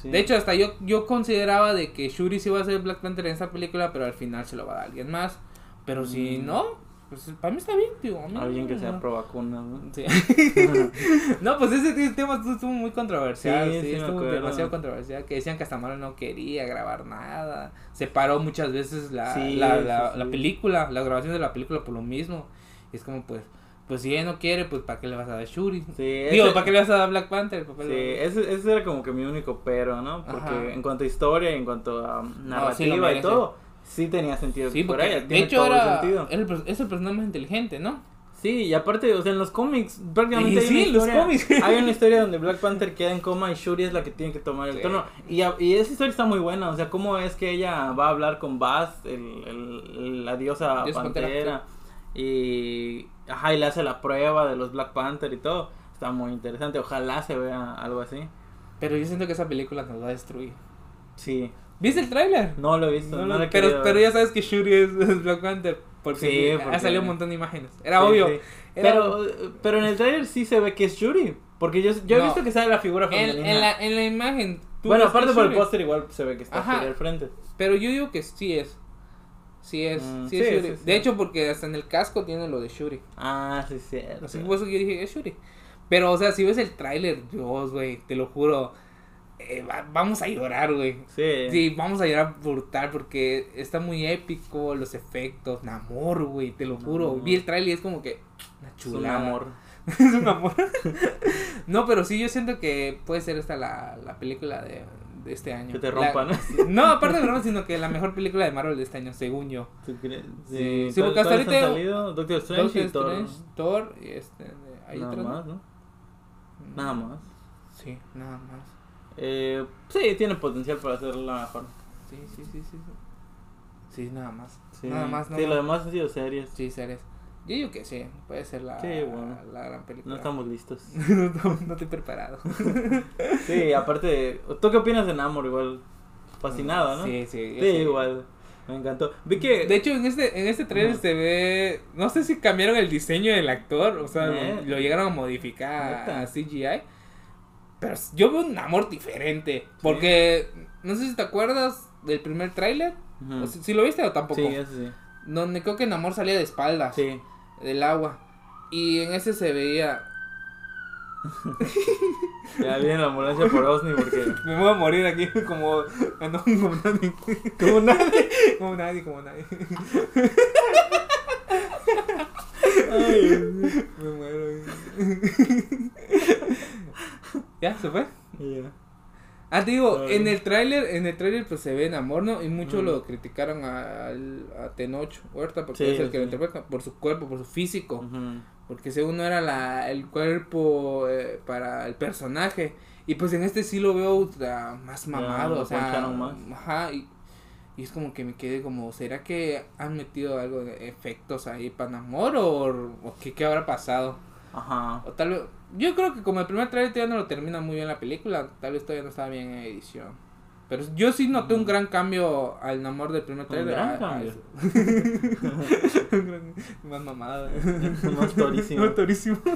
Speaker 1: Sí.
Speaker 2: De hecho, hasta yo, yo consideraba de que Shuri sí iba a ser Black Panther en esta película, pero al final se lo va a dar alguien más. Pero si
Speaker 1: Mm.
Speaker 2: no, pues para mí está bien, tío. a mí
Speaker 1: Alguien
Speaker 2: no,
Speaker 1: que
Speaker 2: no.
Speaker 1: sea pro vacuna, ¿no?
Speaker 2: Sí. no, pues ese t- tema estuvo- estuvo muy controversial,
Speaker 1: Sí,
Speaker 2: sí,
Speaker 1: sí me
Speaker 2: estuvo
Speaker 1: acuerdo.
Speaker 2: demasiado controversial, que decían que hasta Mara no quería grabar nada, se paró muchas veces la,
Speaker 1: Sí,
Speaker 2: la,
Speaker 1: sí,
Speaker 2: la, la
Speaker 1: sí.
Speaker 2: película, la grabación de la película por lo mismo, y es como pues, pues si ella no quiere, pues ¿para qué le vas a dar Shuri?
Speaker 1: Sí,
Speaker 2: Digo,
Speaker 1: ese-
Speaker 2: ¿para qué le vas a dar Black Panther? ¿Para qué
Speaker 1: Sí,
Speaker 2: le vas a-
Speaker 1: ese, ese era como que mi único pero, ¿no? Porque
Speaker 2: Ajá.
Speaker 1: en cuanto a historia, en cuanto a um,
Speaker 2: sí lo
Speaker 1: narrativa y
Speaker 2: merece.
Speaker 1: todo, sí tenía sentido
Speaker 2: Sí,
Speaker 1: que fuera
Speaker 2: porque
Speaker 1: ella,
Speaker 2: de
Speaker 1: tiene
Speaker 2: hecho
Speaker 1: todo el
Speaker 2: era,
Speaker 1: sentido.
Speaker 2: era el per- es el personaje más inteligente, ¿no?
Speaker 1: Sí, y aparte, o sea, en los cómics prácticamente
Speaker 2: Y
Speaker 1: hay
Speaker 2: sí,
Speaker 1: una
Speaker 2: en los
Speaker 1: historia,
Speaker 2: cómics.
Speaker 1: hay una historia donde Black Panther queda en coma y Shuri es la que tiene que tomar el
Speaker 2: Sí.
Speaker 1: trono. Y, a- y esa historia está muy buena, o sea, cómo es que ella va a hablar con Baz, el, el- la diosa
Speaker 2: Diosa
Speaker 1: pantera,
Speaker 2: pantera,
Speaker 1: y ajá, y le hace la prueba de los Black Panther y todo. Está muy interesante, ojalá se vea algo así.
Speaker 2: Pero yo siento que esa película nos va a destruir.
Speaker 1: Sí,
Speaker 2: ¿Viste el tráiler?
Speaker 1: no lo he visto, no,
Speaker 2: No, no,
Speaker 1: lo he querido
Speaker 2: pero, pero
Speaker 1: ver.
Speaker 2: ya sabes que Shuri es, es Black Panther. Porque
Speaker 1: Sí,
Speaker 2: sí,
Speaker 1: porque-
Speaker 2: ha salido un montón de imágenes. Era
Speaker 1: Sí,
Speaker 2: obvio.
Speaker 1: sí.
Speaker 2: era-
Speaker 1: Pero, pero en el trailer sí se ve que es Shuri. Porque yo, yo he
Speaker 2: No.
Speaker 1: visto que sale la figura
Speaker 2: en,
Speaker 1: femenina.
Speaker 2: en la, en la imagen. tú
Speaker 1: Bueno,
Speaker 2: ves que
Speaker 1: aparte
Speaker 2: es
Speaker 1: por el
Speaker 2: Shuri,
Speaker 1: póster igual se ve que está
Speaker 2: Ajá.
Speaker 1: Shuri al frente.
Speaker 2: Pero yo digo que sí es. Sí es.
Speaker 1: Mm,
Speaker 2: sí es
Speaker 1: sí,
Speaker 2: Shuri.
Speaker 1: sí, sí.
Speaker 2: De hecho, porque hasta en el casco tiene lo de Shuri.
Speaker 1: Ah, sí, sí.
Speaker 2: Así que por eso que yo dije, es Shuri. Pero, o sea, si ves el tráiler, Dios, güey, te lo juro. eh, va- vamos a llorar, güey.
Speaker 1: Sí.
Speaker 2: Sí, vamos a llorar brutal porque está muy épico los efectos. Namor, güey, te lo juro.
Speaker 1: Namor.
Speaker 2: Vi el trailer y es como que una
Speaker 1: Es un
Speaker 2: chulada.
Speaker 1: amor.
Speaker 2: es un amor. no, pero sí, yo siento que puede ser esta la, la película de, de este año.
Speaker 1: Que te
Speaker 2: La-
Speaker 1: rompan.
Speaker 2: no, aparte de broma, sino que la mejor película de Marvel de este año, según yo.
Speaker 1: ¿Tú crees?
Speaker 2: Sí,
Speaker 1: ¿Cuál-
Speaker 2: porque
Speaker 1: cuáles
Speaker 2: hasta
Speaker 1: han
Speaker 2: ahorita-
Speaker 1: salido? Doctor Strange y Thor.
Speaker 2: Strange, Thor y este. de- ¿hay
Speaker 1: Nada
Speaker 2: otra, no?
Speaker 1: más, ¿no? Nada más.
Speaker 2: Sí, nada más.
Speaker 1: Eh, sí, tiene potencial para hacerla mejor.
Speaker 2: Sí, sí, sí, sí. Sí, sí nada más.
Speaker 1: Sí.
Speaker 2: Nada más, nada
Speaker 1: Sí, lo
Speaker 2: más.
Speaker 1: demás han sido series.
Speaker 2: Sí, seres. Yo digo que sí, puede ser la,
Speaker 1: Sí, bueno.
Speaker 2: la gran película.
Speaker 1: No estamos listos.
Speaker 2: no, no- no estoy preparado.
Speaker 1: Sí, aparte, ¿tú qué opinas de Namor igual? Fascinado, ¿no?
Speaker 2: Sí,
Speaker 1: Sí,
Speaker 2: sí. yo sí.
Speaker 1: igual. Me encantó. Vi que.
Speaker 2: De hecho, en este, en este trailer
Speaker 1: Ajá.
Speaker 2: se ve. No sé si cambiaron el diseño del actor, o sea,
Speaker 1: ¿Eh?
Speaker 2: lo llegaron a modificar
Speaker 1: ¿Neta?
Speaker 2: a CGI. Pero yo veo un amor diferente. Porque no sé si te acuerdas del primer tráiler.
Speaker 1: Ujú.
Speaker 2: o si, si lo viste o tampoco.
Speaker 1: Mm. Sí, eso sí.
Speaker 2: Donde creo que Namor salía de espaldas
Speaker 1: Sí.
Speaker 2: del agua. Y en ese se veía.
Speaker 1: Ya viene la ambulancia por Osni porque.
Speaker 2: Me voy a morir aquí como, ah, no, como nadie.
Speaker 1: Como nadie.
Speaker 2: Como nadie, como nadie. Me muero. ¿Ya? ¿Se fue?
Speaker 1: Ya.
Speaker 2: Ah, te digo,
Speaker 1: Ay.
Speaker 2: en el tráiler, en el tráiler pues se ve en amor, ¿no? Y muchos
Speaker 1: Mm.
Speaker 2: lo criticaron al- a, Tenoch Huerta porque
Speaker 1: Sí,
Speaker 2: es el que lo
Speaker 1: sí.
Speaker 2: interpreta por su cuerpo, por su físico.
Speaker 1: Ujú.
Speaker 2: Porque según no era la, el cuerpo eh, para el personaje. Y pues en este sí lo veo ultra más mamado.
Speaker 1: lo
Speaker 2: o sea,
Speaker 1: poncharon más.
Speaker 2: Ajá, y, y es como que me quedé como, ¿será que han metido algo de efectos ahí para Namor o, o qué, qué habrá pasado?
Speaker 1: Ajá.
Speaker 2: O tal vez, yo creo que como el primer trailer todavía no lo termina muy bien la película, tal vez todavía no estaba bien en edición. Pero yo sí noté un
Speaker 1: Mm.
Speaker 2: gran cambio al Namor del primer
Speaker 1: Un
Speaker 2: trailer.
Speaker 1: gran
Speaker 2: a- a-
Speaker 1: cambio.
Speaker 2: Un gran- más mamado.
Speaker 1: Más torísimo.
Speaker 2: Más torísimo.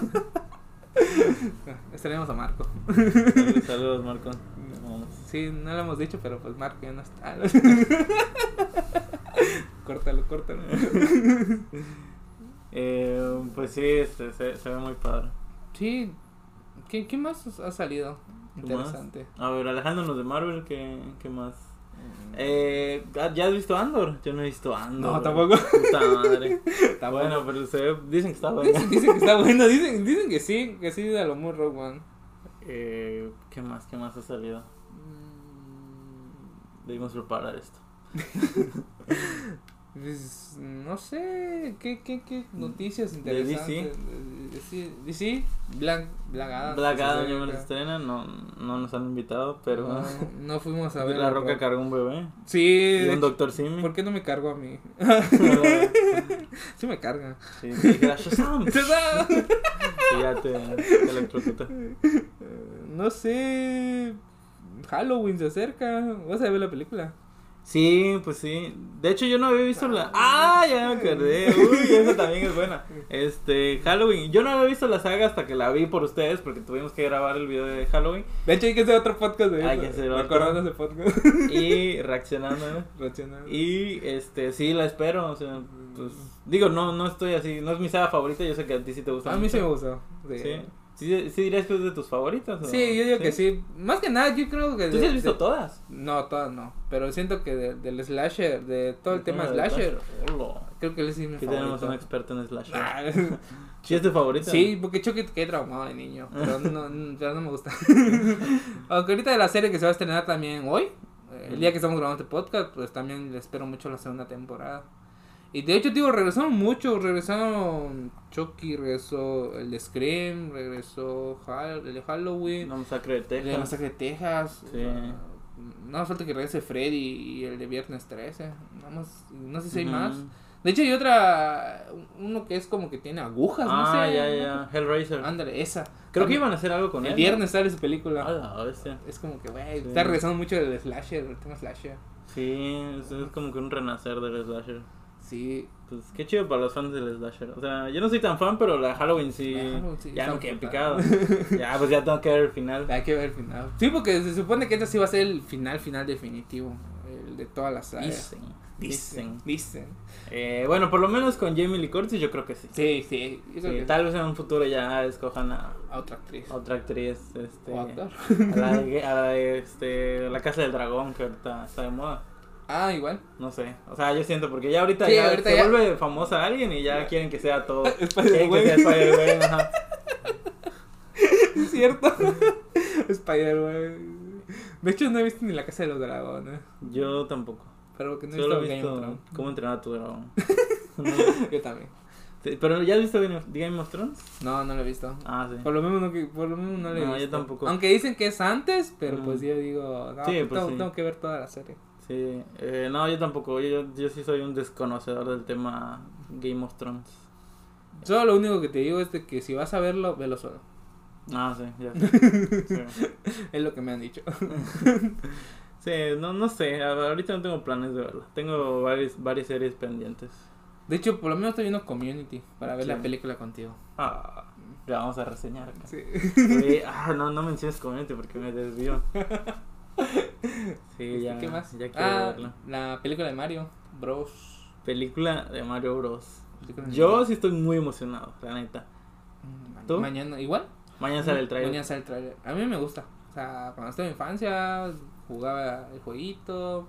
Speaker 2: Estaremos a Marco.
Speaker 1: Saludos, saludos, Marco. Vamos.
Speaker 2: Sí, no lo hemos dicho, pero pues Marco ya no está. córtalo, córtalo.
Speaker 1: Eh, pues sí, este, se, se ve muy padre.
Speaker 2: Sí. ¿Qué, qué más ha salido?
Speaker 1: ¿Qué más?
Speaker 2: Interesante.
Speaker 1: A ver, alejándonos de Marvel, ¿qué, qué más? Eh, ¿Ya has visto Andor? Yo no he visto Andor.
Speaker 2: No, tampoco.
Speaker 1: Puta madre.
Speaker 2: Está
Speaker 1: bueno, pero se ve- dicen que está bueno.
Speaker 2: Dicen, dicen que está bueno, dicen, dicen que sí, que sí a lo muy Rogue One.
Speaker 1: Eh, ¿Qué más? ¿Qué más ha salido? Debimos preparar esto.
Speaker 2: Pues, no sé, ¿qué, qué, qué noticias
Speaker 1: ¿De DC?
Speaker 2: interesantes? DC, DC Black, Black Adam.
Speaker 1: Black
Speaker 2: se
Speaker 1: Adam ya
Speaker 2: celebra.
Speaker 1: me lo estrena, no, no nos han invitado, pero
Speaker 2: No, no fuimos a ver.
Speaker 1: La Roca
Speaker 2: cargó.
Speaker 1: cargó un bebé
Speaker 2: Sí,
Speaker 1: y
Speaker 2: de
Speaker 1: un
Speaker 2: hecho,
Speaker 1: Doctor Simi.
Speaker 2: ¿por qué no me cargo a mí? sí me carga.
Speaker 1: sí, sí, gracias Sam. Y ya te, te electrocuta.
Speaker 2: no sé. Halloween se acerca. Vas a ver la película.
Speaker 1: Sí, pues sí. De hecho, yo no había visto la. ¡Ah! Ya me acordé. Uy, esa también es buena. Este, Halloween. Yo no había visto la saga hasta que la vi por ustedes porque tuvimos que grabar el video de Halloween
Speaker 2: De hecho, hay que hacer otro podcast de
Speaker 1: Hay que hacer otro.
Speaker 2: Recordando ese podcast.
Speaker 1: y reaccionando. ¿no?
Speaker 2: Reaccionando.
Speaker 1: Y este, sí, la espero. O sea, pues. Digo, no, no estoy así. No es mi saga favorita. Yo sé que a ti sí te gusta.
Speaker 2: A mí
Speaker 1: mucho.
Speaker 2: sí me gustó. Sí.
Speaker 1: ¿Sí? ¿Sí, sí dirías que es de tus favoritas? o-
Speaker 2: Sí, yo digo que sí. Más que nada, yo creo que.
Speaker 1: ¿Tú sí
Speaker 2: de-
Speaker 1: has visto
Speaker 2: de-
Speaker 1: todas?
Speaker 2: No, todas no. Pero siento que de- del slasher, de todo el tema
Speaker 1: de
Speaker 2: slasher,
Speaker 1: Hola.
Speaker 2: creo que él sí es mi
Speaker 1: Aquí tenemos un
Speaker 2: favorito.
Speaker 1: experto en slasher.
Speaker 2: Ah,
Speaker 1: ¿Sí es tu favorita?
Speaker 2: Sí, porque yo que- quedé traumado de niño.
Speaker 1: Ah.
Speaker 2: Pero no, no- pero no me gusta. Aunque ahorita de la serie que se va a estrenar también hoy, eh, el día que estamos grabando este podcast, pues también le espero mucho la segunda temporada. Y de hecho, digo, regresaron mucho. Regresaron Chucky, regresó el de Scream, regresó Hall- el de Halloween.
Speaker 1: No masacre de
Speaker 2: El de
Speaker 1: Texas.
Speaker 2: Masacre de Texas.
Speaker 1: Sí.
Speaker 2: No hace falta que regrese Freddy y el de Viernes 13. Nada más, no sé si hay
Speaker 1: Ujú.
Speaker 2: más. De hecho, hay otra. Uno que es como que tiene agujas, no sé.
Speaker 1: Ah, ya,
Speaker 2: ¿no?
Speaker 1: ya. Hellraiser.
Speaker 2: Ándale, esa.
Speaker 1: Creo que
Speaker 2: También-
Speaker 1: iban a hacer algo con él.
Speaker 2: El
Speaker 1: Ah, ¿no?
Speaker 2: viernes sale su película.
Speaker 1: A la bestia.
Speaker 2: Es como que, güey,
Speaker 1: Sí.
Speaker 2: está regresando mucho el slasher, el tema slasher.
Speaker 1: Sí, es, es como que un renacer del slasher.
Speaker 2: Sí.
Speaker 1: Pues qué chido para los fans del slasher. O sea, yo no soy tan fan, pero la de Halloween sí.
Speaker 2: La Halloween sí,
Speaker 1: ya
Speaker 2: está
Speaker 1: no quedé
Speaker 2: brutal.
Speaker 1: picado. ya, pues ya tengo que ver el final.
Speaker 2: Hay que ver el final. Sí, porque se supone que este sí va a ser el final, final definitivo. El de toda la saga.
Speaker 1: Dicen. Dicen.
Speaker 2: Dicen.
Speaker 1: Eh, bueno, por lo menos con Jamie Lee Curtis yo creo que sí.
Speaker 2: Sí, sí. yo creo
Speaker 1: Sí,
Speaker 2: que-
Speaker 1: tal Oh, vez en un futuro ya escojan a
Speaker 2: A otra actriz.
Speaker 1: a otra actriz. Este,
Speaker 2: O actor.
Speaker 1: A la, de- a la de, este, La Casa del Dragón, que ahorita está de moda.
Speaker 2: Ah, igual.
Speaker 1: No sé. O sea, yo siento, porque ya ahorita,
Speaker 2: Sí,
Speaker 1: ya
Speaker 2: ahorita
Speaker 1: se
Speaker 2: ya.
Speaker 1: vuelve famosa alguien y ya quieren que sea todo. quieren que
Speaker 2: Spider-Man.
Speaker 1: sea Spider-Man. ajá.
Speaker 2: Es cierto. Spider-Man. De hecho, no he visto ni la casa de los dragones.
Speaker 1: Yo tampoco.
Speaker 2: Pero que no he visto
Speaker 1: Solo he
Speaker 2: Game
Speaker 1: visto
Speaker 2: of Thrones.
Speaker 1: cómo entrenar a tu dragón.
Speaker 2: Yo también.
Speaker 1: Sí, Pero ya has visto Game of, Game of Thrones?
Speaker 2: No, no lo he visto.
Speaker 1: Ah, sí.
Speaker 2: Por lo mismo no, que- por lo mismo no le he
Speaker 1: No, yo
Speaker 2: visto.
Speaker 1: tampoco.
Speaker 2: Aunque dicen que es antes, pero
Speaker 1: Mm.
Speaker 2: pues yo digo, no,
Speaker 1: Sí,
Speaker 2: pues
Speaker 1: pues
Speaker 2: tengo,
Speaker 1: sí.
Speaker 2: tengo que ver toda la serie.
Speaker 1: Sí, eh, no, yo tampoco. Yo, yo sí soy un desconocedor del tema Game of Thrones.
Speaker 2: Yo lo único que te digo es de que si vas a verlo, velo solo.
Speaker 1: Ah, sí, ya. sé. Sí,
Speaker 2: Es lo que me han dicho.
Speaker 1: Sí, no, no sé. a- Ahorita no tengo planes de verla. Tengo varias, varias series pendientes.
Speaker 2: De hecho, por lo menos estoy viendo Community para ver
Speaker 1: Sí.
Speaker 2: la película contigo.
Speaker 1: Ah, la vamos a reseñar. acá.
Speaker 2: Sí.
Speaker 1: Güey, ah, no, no menciones community porque me desvío. Sí, ya.
Speaker 2: ¿Este ¿Qué más?
Speaker 1: Ya quiero
Speaker 2: ah,
Speaker 1: verla.
Speaker 2: la película de Mario Bros.
Speaker 1: Película de Mario Bros.
Speaker 2: Película de
Speaker 1: Yo sí estoy muy emocionado, la neta.
Speaker 2: Mm,
Speaker 1: ¿Tú?
Speaker 2: Mañana, igual.
Speaker 1: Mañana sale el
Speaker 2: Mañana
Speaker 1: trailer.
Speaker 2: sale el tráiler. A mí me gusta. O sea, cuando estaba en infancia, jugaba el jueguito.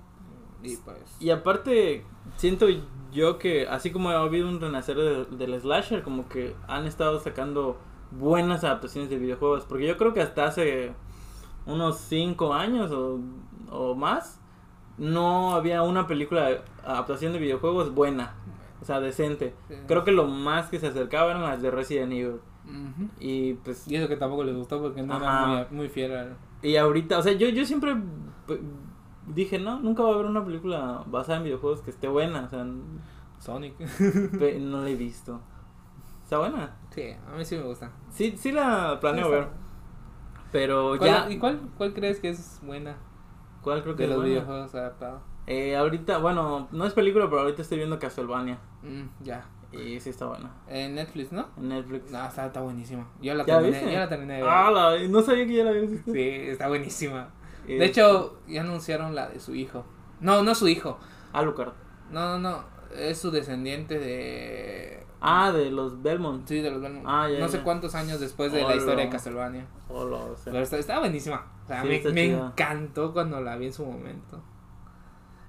Speaker 2: Y pues.
Speaker 1: Y aparte, siento yo que así como ha habido un renacer de- del slasher, como que han estado sacando buenas adaptaciones de videojuegos. Porque yo creo que hasta hace unos 5 años o, o más, no había una película de adaptación de videojuegos buena. O sea, decente. Creo que lo más que se acercaba eran las de Resident Evil.
Speaker 2: Ujú.
Speaker 1: Y pues
Speaker 2: Y eso que tampoco les gustó porque no era
Speaker 1: Ajá.
Speaker 2: muy, muy fiel al.
Speaker 1: Y ahorita, o sea, yo, yo siempre p- dije, no, nunca va a haber una película basada en videojuegos que esté buena. O sea, n-
Speaker 2: Sonic.
Speaker 1: pe- no la he visto. ¿Está buena?
Speaker 2: sí, a mí sí me gusta.
Speaker 1: Sí, sí la planeo
Speaker 2: Sí,
Speaker 1: ver.
Speaker 2: está.
Speaker 1: Pero
Speaker 2: ¿Cuál-
Speaker 1: ya.
Speaker 2: ¿Y cuál, cuál crees que es buena
Speaker 1: ¿Cuál creo que
Speaker 2: de
Speaker 1: es
Speaker 2: los
Speaker 1: buena?
Speaker 2: videojuegos adaptados?
Speaker 1: Eh, ahorita, bueno, no es película, pero ahorita estoy viendo Castlevania.
Speaker 2: Mm, ya.
Speaker 1: Y sí está buena.
Speaker 2: En Netflix, ¿no?
Speaker 1: En Netflix.
Speaker 2: No, está, está buenísima. Yo la
Speaker 1: ¿Ya
Speaker 2: terminé,
Speaker 1: viste?
Speaker 2: yo la terminé de ver.
Speaker 1: Ah, la- no sabía que ya la había visto.
Speaker 2: Sí, está buenísima.
Speaker 1: Eh,
Speaker 2: De hecho, ya anunciaron la de su hijo. No, no su hijo.
Speaker 1: Alucard.
Speaker 2: No, no, no. Es su descendiente de.
Speaker 1: Ah, de los Belmont.
Speaker 2: Sí, de los Belmont.
Speaker 1: Ah, ya,
Speaker 2: no
Speaker 1: ya.
Speaker 2: sé cuántos años después de la
Speaker 1: Hola.
Speaker 2: historia de Castlevania.
Speaker 1: O los-
Speaker 2: Pero está, está buenísima. O sea,
Speaker 1: Sí,
Speaker 2: me,
Speaker 1: está
Speaker 2: me
Speaker 1: chida.
Speaker 2: encantó cuando la vi en su momento.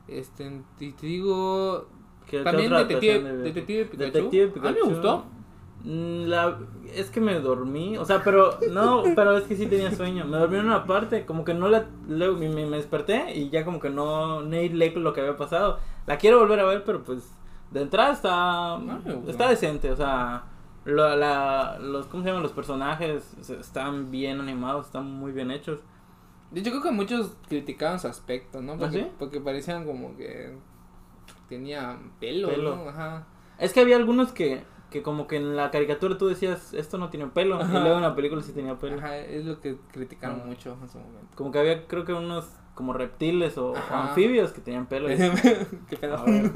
Speaker 2: Este, y te digo.
Speaker 1: ¿Qué- qué
Speaker 2: También
Speaker 1: otra
Speaker 2: Detective-
Speaker 1: adaptación de-
Speaker 2: Detective Pikachu.
Speaker 1: Detective
Speaker 2: A mí me
Speaker 1: Pikachu.
Speaker 2: gustó.
Speaker 1: Mm, La, es que me dormí, o sea, pero no, pero es que sí tenía sueño. Me dormí en una parte, como que no la. Luego me, me- me desperté y ya como que no, no leí lo que había pasado. La quiero volver a ver, pero pues de entrada está.
Speaker 2: me gustó.
Speaker 1: está decente, o sea. lo- la- los, ¿Cómo se llaman? Los personajes se- están bien animados, están muy bien hechos.
Speaker 2: Yo creo que muchos criticaban su aspecto, ¿no?
Speaker 1: ¿Ah,
Speaker 2: Porque,
Speaker 1: sí?
Speaker 2: porque parecían como que tenían pelo,
Speaker 1: Pelo.
Speaker 2: ¿no? Ajá.
Speaker 1: Es que había algunos que, que como que en la caricatura tú decías, esto no tiene pelo,
Speaker 2: Ajá.
Speaker 1: y luego en la película sí tenía pelo.
Speaker 2: Ajá, es lo que criticaron
Speaker 1: Ah.
Speaker 2: mucho en su momento.
Speaker 1: Como que había, creo que unos como reptiles o, o
Speaker 2: Ajá.
Speaker 1: anfibios que tenían pelo. y-
Speaker 2: Qué pedo.
Speaker 1: A ver,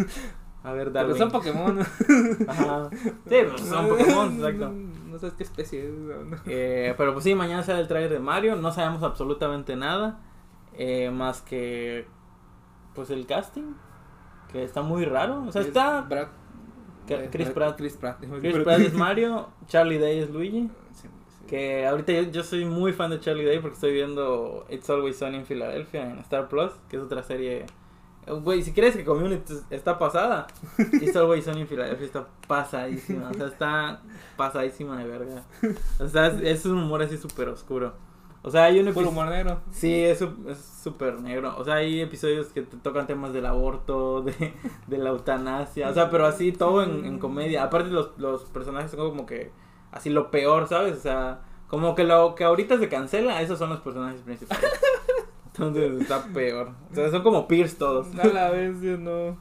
Speaker 1: a ver,
Speaker 2: Pero
Speaker 1: Darwin.
Speaker 2: son Pokémon.
Speaker 1: Ajá. Sí, pues son Pokémon, exacto.
Speaker 2: No sabes qué especie es. ¿no? no.
Speaker 1: Eh, pero pues sí, mañana sale el trailer de Mario. No sabemos absolutamente nada. eh, más que. Pues el casting. Que está muy raro. O sea,
Speaker 2: Es
Speaker 1: está.
Speaker 2: Brad-
Speaker 1: Ca-
Speaker 2: es
Speaker 1: Chris Pratt.
Speaker 2: Brad- Chris Pratt.
Speaker 1: Chris Pratt es Mario. Charlie Day es Luigi.
Speaker 2: Sí, sí.
Speaker 1: Que ahorita yo, yo soy muy fan de Charlie Day porque estoy viendo It's Always Sunny en Filadelfia en Star Plus, que es otra serie. Eh, Güey, si crees que Community está pasada, It's Always Sunny en Filadelfia está pasadísima. O sea, está pasadísima de verga. O sea, es, es un humor así súper oscuro. O sea, hay un
Speaker 2: Puro
Speaker 1: episodio.
Speaker 2: humor negro.
Speaker 1: Sí, es su- es súper negro. O sea, hay episodios que te tocan temas del aborto, de, de la eutanasia. O sea, pero así todo en, en comedia. Aparte, los, los personajes son como que así lo peor, ¿sabes? O sea, como que lo que ahorita se cancela, esos son los personajes principales. Entonces está peor. O sea, son como peers todos.
Speaker 2: A la vez, Dios, no.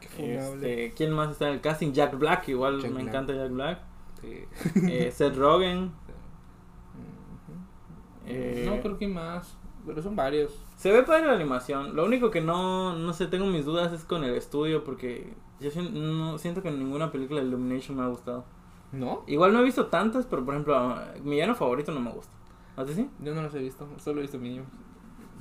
Speaker 2: Qué fumable.
Speaker 1: Este, ¿Quién más está en el casting? Jack Black, igual
Speaker 2: Jack
Speaker 1: me
Speaker 2: Black.
Speaker 1: encanta Jack Black.
Speaker 2: Sí.
Speaker 1: Eh, Seth Rogen.
Speaker 2: Ujú.
Speaker 1: Eh,
Speaker 2: No creo que más, pero son varios.
Speaker 1: Se ve padre la animación. Lo único que no, no sé, tengo mis dudas es con el estudio porque yo sien- no, siento que ninguna película de Illumination me ha gustado.
Speaker 2: ¿No?
Speaker 1: Igual no he visto tantas, pero por ejemplo, a- mi villano favorito no me gusta. ¿A ti sí?
Speaker 2: Yo no los he visto, solo he visto Minions.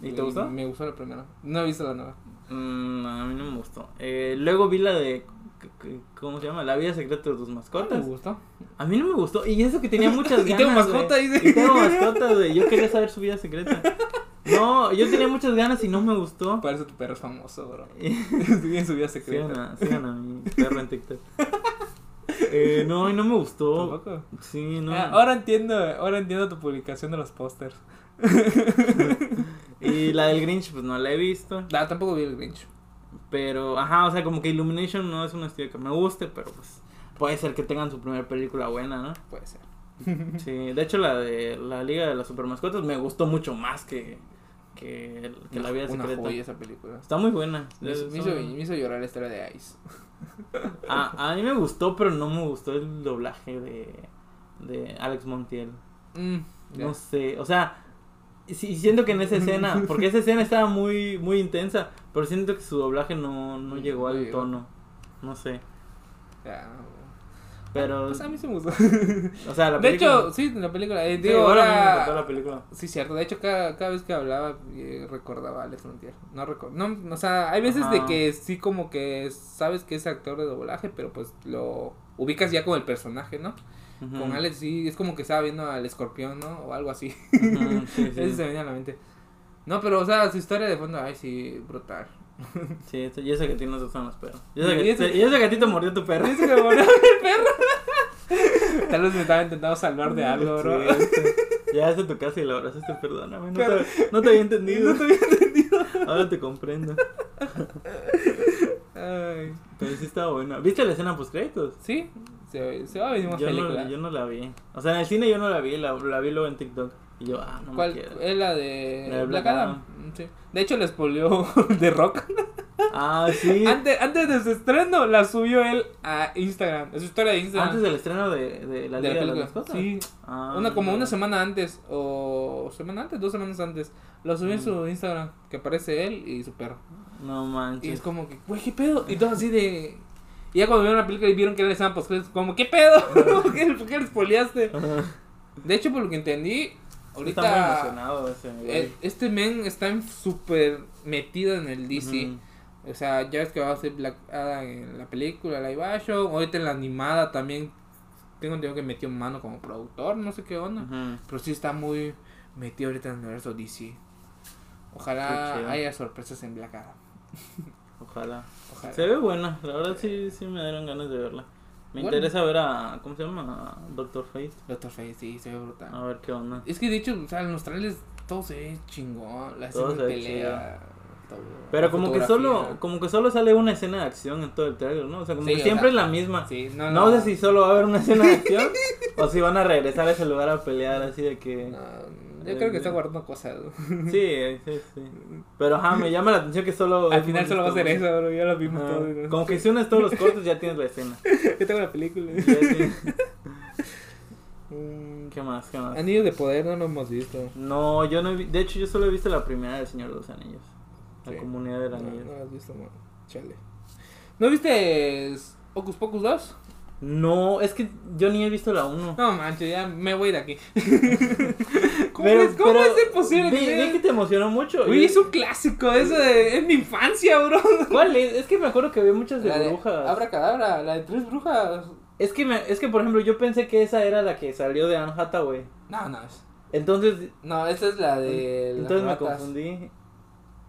Speaker 1: ¿Y te gustó?
Speaker 2: Me gustó la primera. No he visto la nueva.
Speaker 1: Mm, a mí no me gustó. Eh, luego vi la de... c- c- ¿Cómo se llama? La vida secreta de tus
Speaker 2: ¿Cuántas?
Speaker 1: mascotas.
Speaker 2: Me gustó.
Speaker 1: A mí no me gustó. Y eso que tenía muchas
Speaker 2: Y
Speaker 1: ganas.
Speaker 2: tengo mascota,
Speaker 1: güey.
Speaker 2: dice.
Speaker 1: Y tengo mascota, güey. Yo quería saber su vida secreta. No, yo tenía muchas ganas y no me gustó.
Speaker 2: Parece tu perro es famoso, bro. en su vida
Speaker 1: Sigan
Speaker 2: secreta.
Speaker 1: a, sigan a mi perro en TikTok. Eh, no, y no me gustó.
Speaker 2: ¿Tampoco?
Speaker 1: Sí, no.
Speaker 2: Ah, ahora entiendo, ahora entiendo tu publicación de los pósters.
Speaker 1: Y la del Grinch, pues no la he visto.
Speaker 2: Nah, Ah, tampoco vi el Grinch.
Speaker 1: Pero, ajá, o sea, como que Illumination no es un estudio que me guste, pero pues puede ser que tengan su primera película buena, ¿no?
Speaker 2: Puede ser.
Speaker 1: Sí, de hecho la de la Liga de las Supermascotas me gustó mucho más que, que, el- que la vida
Speaker 2: Una
Speaker 1: secreta.
Speaker 2: joya esa película.
Speaker 1: Está muy buena.
Speaker 2: Me hizo, me hizo-
Speaker 1: Eso-
Speaker 2: me hizo llorar la historia de Ice.
Speaker 1: Ah, A, a mí me gustó, pero no me gustó el doblaje de, de Alex Montiel.
Speaker 2: Mm, ya.
Speaker 1: No sé, o sea, sí, siento que en esa escena, porque esa escena estaba muy, muy intensa, pero siento que su doblaje no, no
Speaker 2: Mm,
Speaker 1: llegó
Speaker 2: no
Speaker 1: al
Speaker 2: llegó.
Speaker 1: tono. No sé,
Speaker 2: Ya, no.
Speaker 1: pero,
Speaker 2: Pues a mí se me gustó.
Speaker 1: o sea, la
Speaker 2: de
Speaker 1: película...
Speaker 2: hecho, sí, la película. eh,
Speaker 1: Sí,
Speaker 2: digo,
Speaker 1: igual a mí me
Speaker 2: ahora-
Speaker 1: encantó la película.
Speaker 2: Sí, cierto. De hecho, cada, cada vez que hablaba eh, recordaba a Alex Frontier. No recuerdo. No, o sea, hay veces de
Speaker 1: Ajá.
Speaker 2: que sí como que sabes que es actor de doblaje, pero pues lo ubicas ya con el personaje, ¿no?
Speaker 1: Ujú,
Speaker 2: Con Alex sí, es como que estaba viendo al escorpión, ¿no? O algo así.
Speaker 1: ujú, sí, sí.
Speaker 2: Eso se me viene a la mente. No, pero, o sea, su historia de fondo, ay, sí, brutal.
Speaker 1: Sí, esto- y eso que a ti no te gustan los perros. Y eso
Speaker 2: Y
Speaker 1: que,
Speaker 2: ese-
Speaker 1: y eso que a ti te mordió tu perro.
Speaker 2: Dice que me murió el perro. Tal vez me estaba intentando salvar de algo, bro.
Speaker 1: Sí, este, Llegaste a tu casa y la abrazaste, perdóname, no,
Speaker 2: Pero-
Speaker 1: te, no te había entendido.
Speaker 2: No te había entendido.
Speaker 1: Ahora te comprendo.
Speaker 2: Ay.
Speaker 1: Pero sí estaba bueno. ¿Viste la escena post créditos?
Speaker 2: Sí, se, se va a venir más
Speaker 1: Yo
Speaker 2: película.
Speaker 1: no, yo no la vi. O sea, en el cine yo no la vi, la, la vi luego en TikTok. Y yo, ah, no
Speaker 2: ¿Cuál? ¿Eh?
Speaker 1: me quiero.
Speaker 2: Es la de
Speaker 1: La de
Speaker 2: Black
Speaker 1: Black
Speaker 2: Adam. Mm, Sí. De hecho, les polió de Rock.
Speaker 1: Ah, sí. Antes,
Speaker 2: Antes, antes de su estreno, la subió él a Instagram. Es su historia de Instagram.
Speaker 1: del estreno de, de la Liga de
Speaker 2: de la
Speaker 1: las
Speaker 2: película.
Speaker 1: Mascotas.
Speaker 2: Sí,
Speaker 1: Ah,
Speaker 2: una, como
Speaker 1: no.
Speaker 2: una semana antes, o semana antes, dos semanas antes, lo subió en
Speaker 1: Mm.
Speaker 2: su Instagram, que aparece él y su perro.
Speaker 1: No
Speaker 2: Y es
Speaker 1: manches.
Speaker 2: como que, güey, ¿qué pedo? Y todo así de... Y ya cuando vieron la película y vieron que era el Sam pues, como, ¿qué pedo? ¿Por qué, por qué les poliaste? De hecho, por lo que entendí,
Speaker 1: Está
Speaker 2: ahorita... e-
Speaker 1: muy emocionado ese. güey.
Speaker 2: Eh, Este men está en- súper metido en el DC.
Speaker 1: Ujú.
Speaker 2: O sea, ya ves que va a ser Black Adam en la película, live action. Ahorita en la animada también tengo entendido que metió mano como productor, no sé qué onda.
Speaker 1: Ujú.
Speaker 2: Pero sí está muy metido ahorita en el universo DC.
Speaker 1: Qué chido.
Speaker 2: Ojalá haya sorpresas en Black Adam.
Speaker 1: Ojalá.
Speaker 2: Ojalá.
Speaker 1: Se ve buena, la verdad sí, sí me dieron ganas de verla. Me
Speaker 2: Bueno.
Speaker 1: interesa ver a. ¿Cómo se llama? A Doctor Fate.
Speaker 2: Doctor Fate, sí, se ve brutal.
Speaker 1: A ver qué onda.
Speaker 2: Es que de hecho, o sea, en los trailers todo se ve chingón. La
Speaker 1: Todo
Speaker 2: escena de
Speaker 1: se ve
Speaker 2: pelea. todo.
Speaker 1: Pero
Speaker 2: La
Speaker 1: como que
Speaker 2: fotografía.
Speaker 1: solo como que solo sale una escena de acción en todo el trailer, ¿no? O sea, como
Speaker 2: Sí,
Speaker 1: que
Speaker 2: o
Speaker 1: siempre es
Speaker 2: sea,
Speaker 1: la misma.
Speaker 2: Sí, no,
Speaker 1: no,
Speaker 2: no.
Speaker 1: sé si solo va a haber una escena de acción o si van a regresar a ese lugar a pelear así de que...
Speaker 2: No, yo creo que está guardando cosas. ¿no?
Speaker 1: Sí, sí, sí. Pero ajá, me llama la atención que solo...
Speaker 2: Al
Speaker 1: es
Speaker 2: final
Speaker 1: un-
Speaker 2: solo va a ser eso, bro. Ya lo vimos
Speaker 1: Ajá.
Speaker 2: todo. ¿no?
Speaker 1: Como que si unes todos los cortos ya tienes la escena.
Speaker 2: Yo tengo la película.
Speaker 1: Ya tienes-
Speaker 2: Mm,
Speaker 1: ¿Qué más? ¿Qué más?
Speaker 2: Anillos de poder no lo hemos visto.
Speaker 1: No, yo no he vi- De hecho, yo solo he visto la primera del Señor de los Anillos. La
Speaker 2: Sí.
Speaker 1: comunidad del
Speaker 2: No,
Speaker 1: anillo.
Speaker 2: no lo has visto, man. Chale. ¿No viste Ocus Pocus 2?
Speaker 1: No, es que yo ni he visto la 1.
Speaker 2: No manches, ya me voy de aquí. ¿Cómo,
Speaker 1: Pero-
Speaker 2: es, cómo
Speaker 1: pero
Speaker 2: es posible
Speaker 1: vi,
Speaker 2: que
Speaker 1: vi que
Speaker 2: veas?
Speaker 1: te emocionó mucho.
Speaker 2: Güey,
Speaker 1: Yo-
Speaker 2: es un clásico, eso de, es mi infancia, bro.
Speaker 1: ¿Cuál es? Es que me acuerdo que había muchas de
Speaker 2: La de
Speaker 1: brujas.
Speaker 2: Abracadabra, la de tres brujas.
Speaker 1: Es que me, es que por ejemplo yo pensé que esa era la que salió de Anne Hathaway.
Speaker 2: No, no, es-
Speaker 1: Entonces,
Speaker 2: no, esa es la de las
Speaker 1: entonces me
Speaker 2: ratas.
Speaker 1: confundí.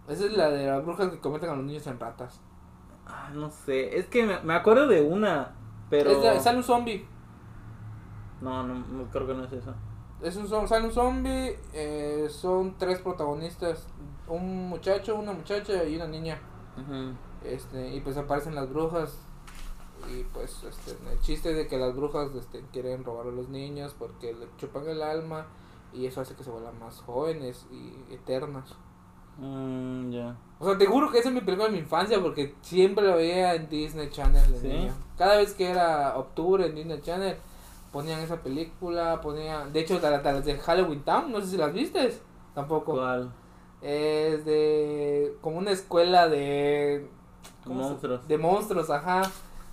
Speaker 2: Esa es la de las brujas que convierten a los niños en ratas.
Speaker 1: Ah, no sé, es que me, me acuerdo de una, pero
Speaker 2: Es la- sale un zombie.
Speaker 1: no, no, no, creo que no es esa.
Speaker 2: Es un, zom- sale un zombie, eh, son tres protagonistas, un muchacho, una muchacha y una niña. Este, y pues aparecen las brujas. Y pues este, el chiste de que las brujas este, quieren robar a los niños porque le chupan el alma y eso hace que se vuelvan más jóvenes y eternas.
Speaker 1: Mm, ya.
Speaker 2: O sea, te juro que esa es mi película de mi infancia porque siempre la veía en Disney Channel de
Speaker 1: Sí.
Speaker 2: niño. Cada vez que era octubre en Disney Channel ponían esa película, ponían... De hecho, hasta las de Halloween Town, no sé si las viste. Tampoco.
Speaker 1: ¿Cuál?
Speaker 2: Es de como una escuela de ¿cómo se-
Speaker 1: Monstruos.
Speaker 2: de monstruos, ajá.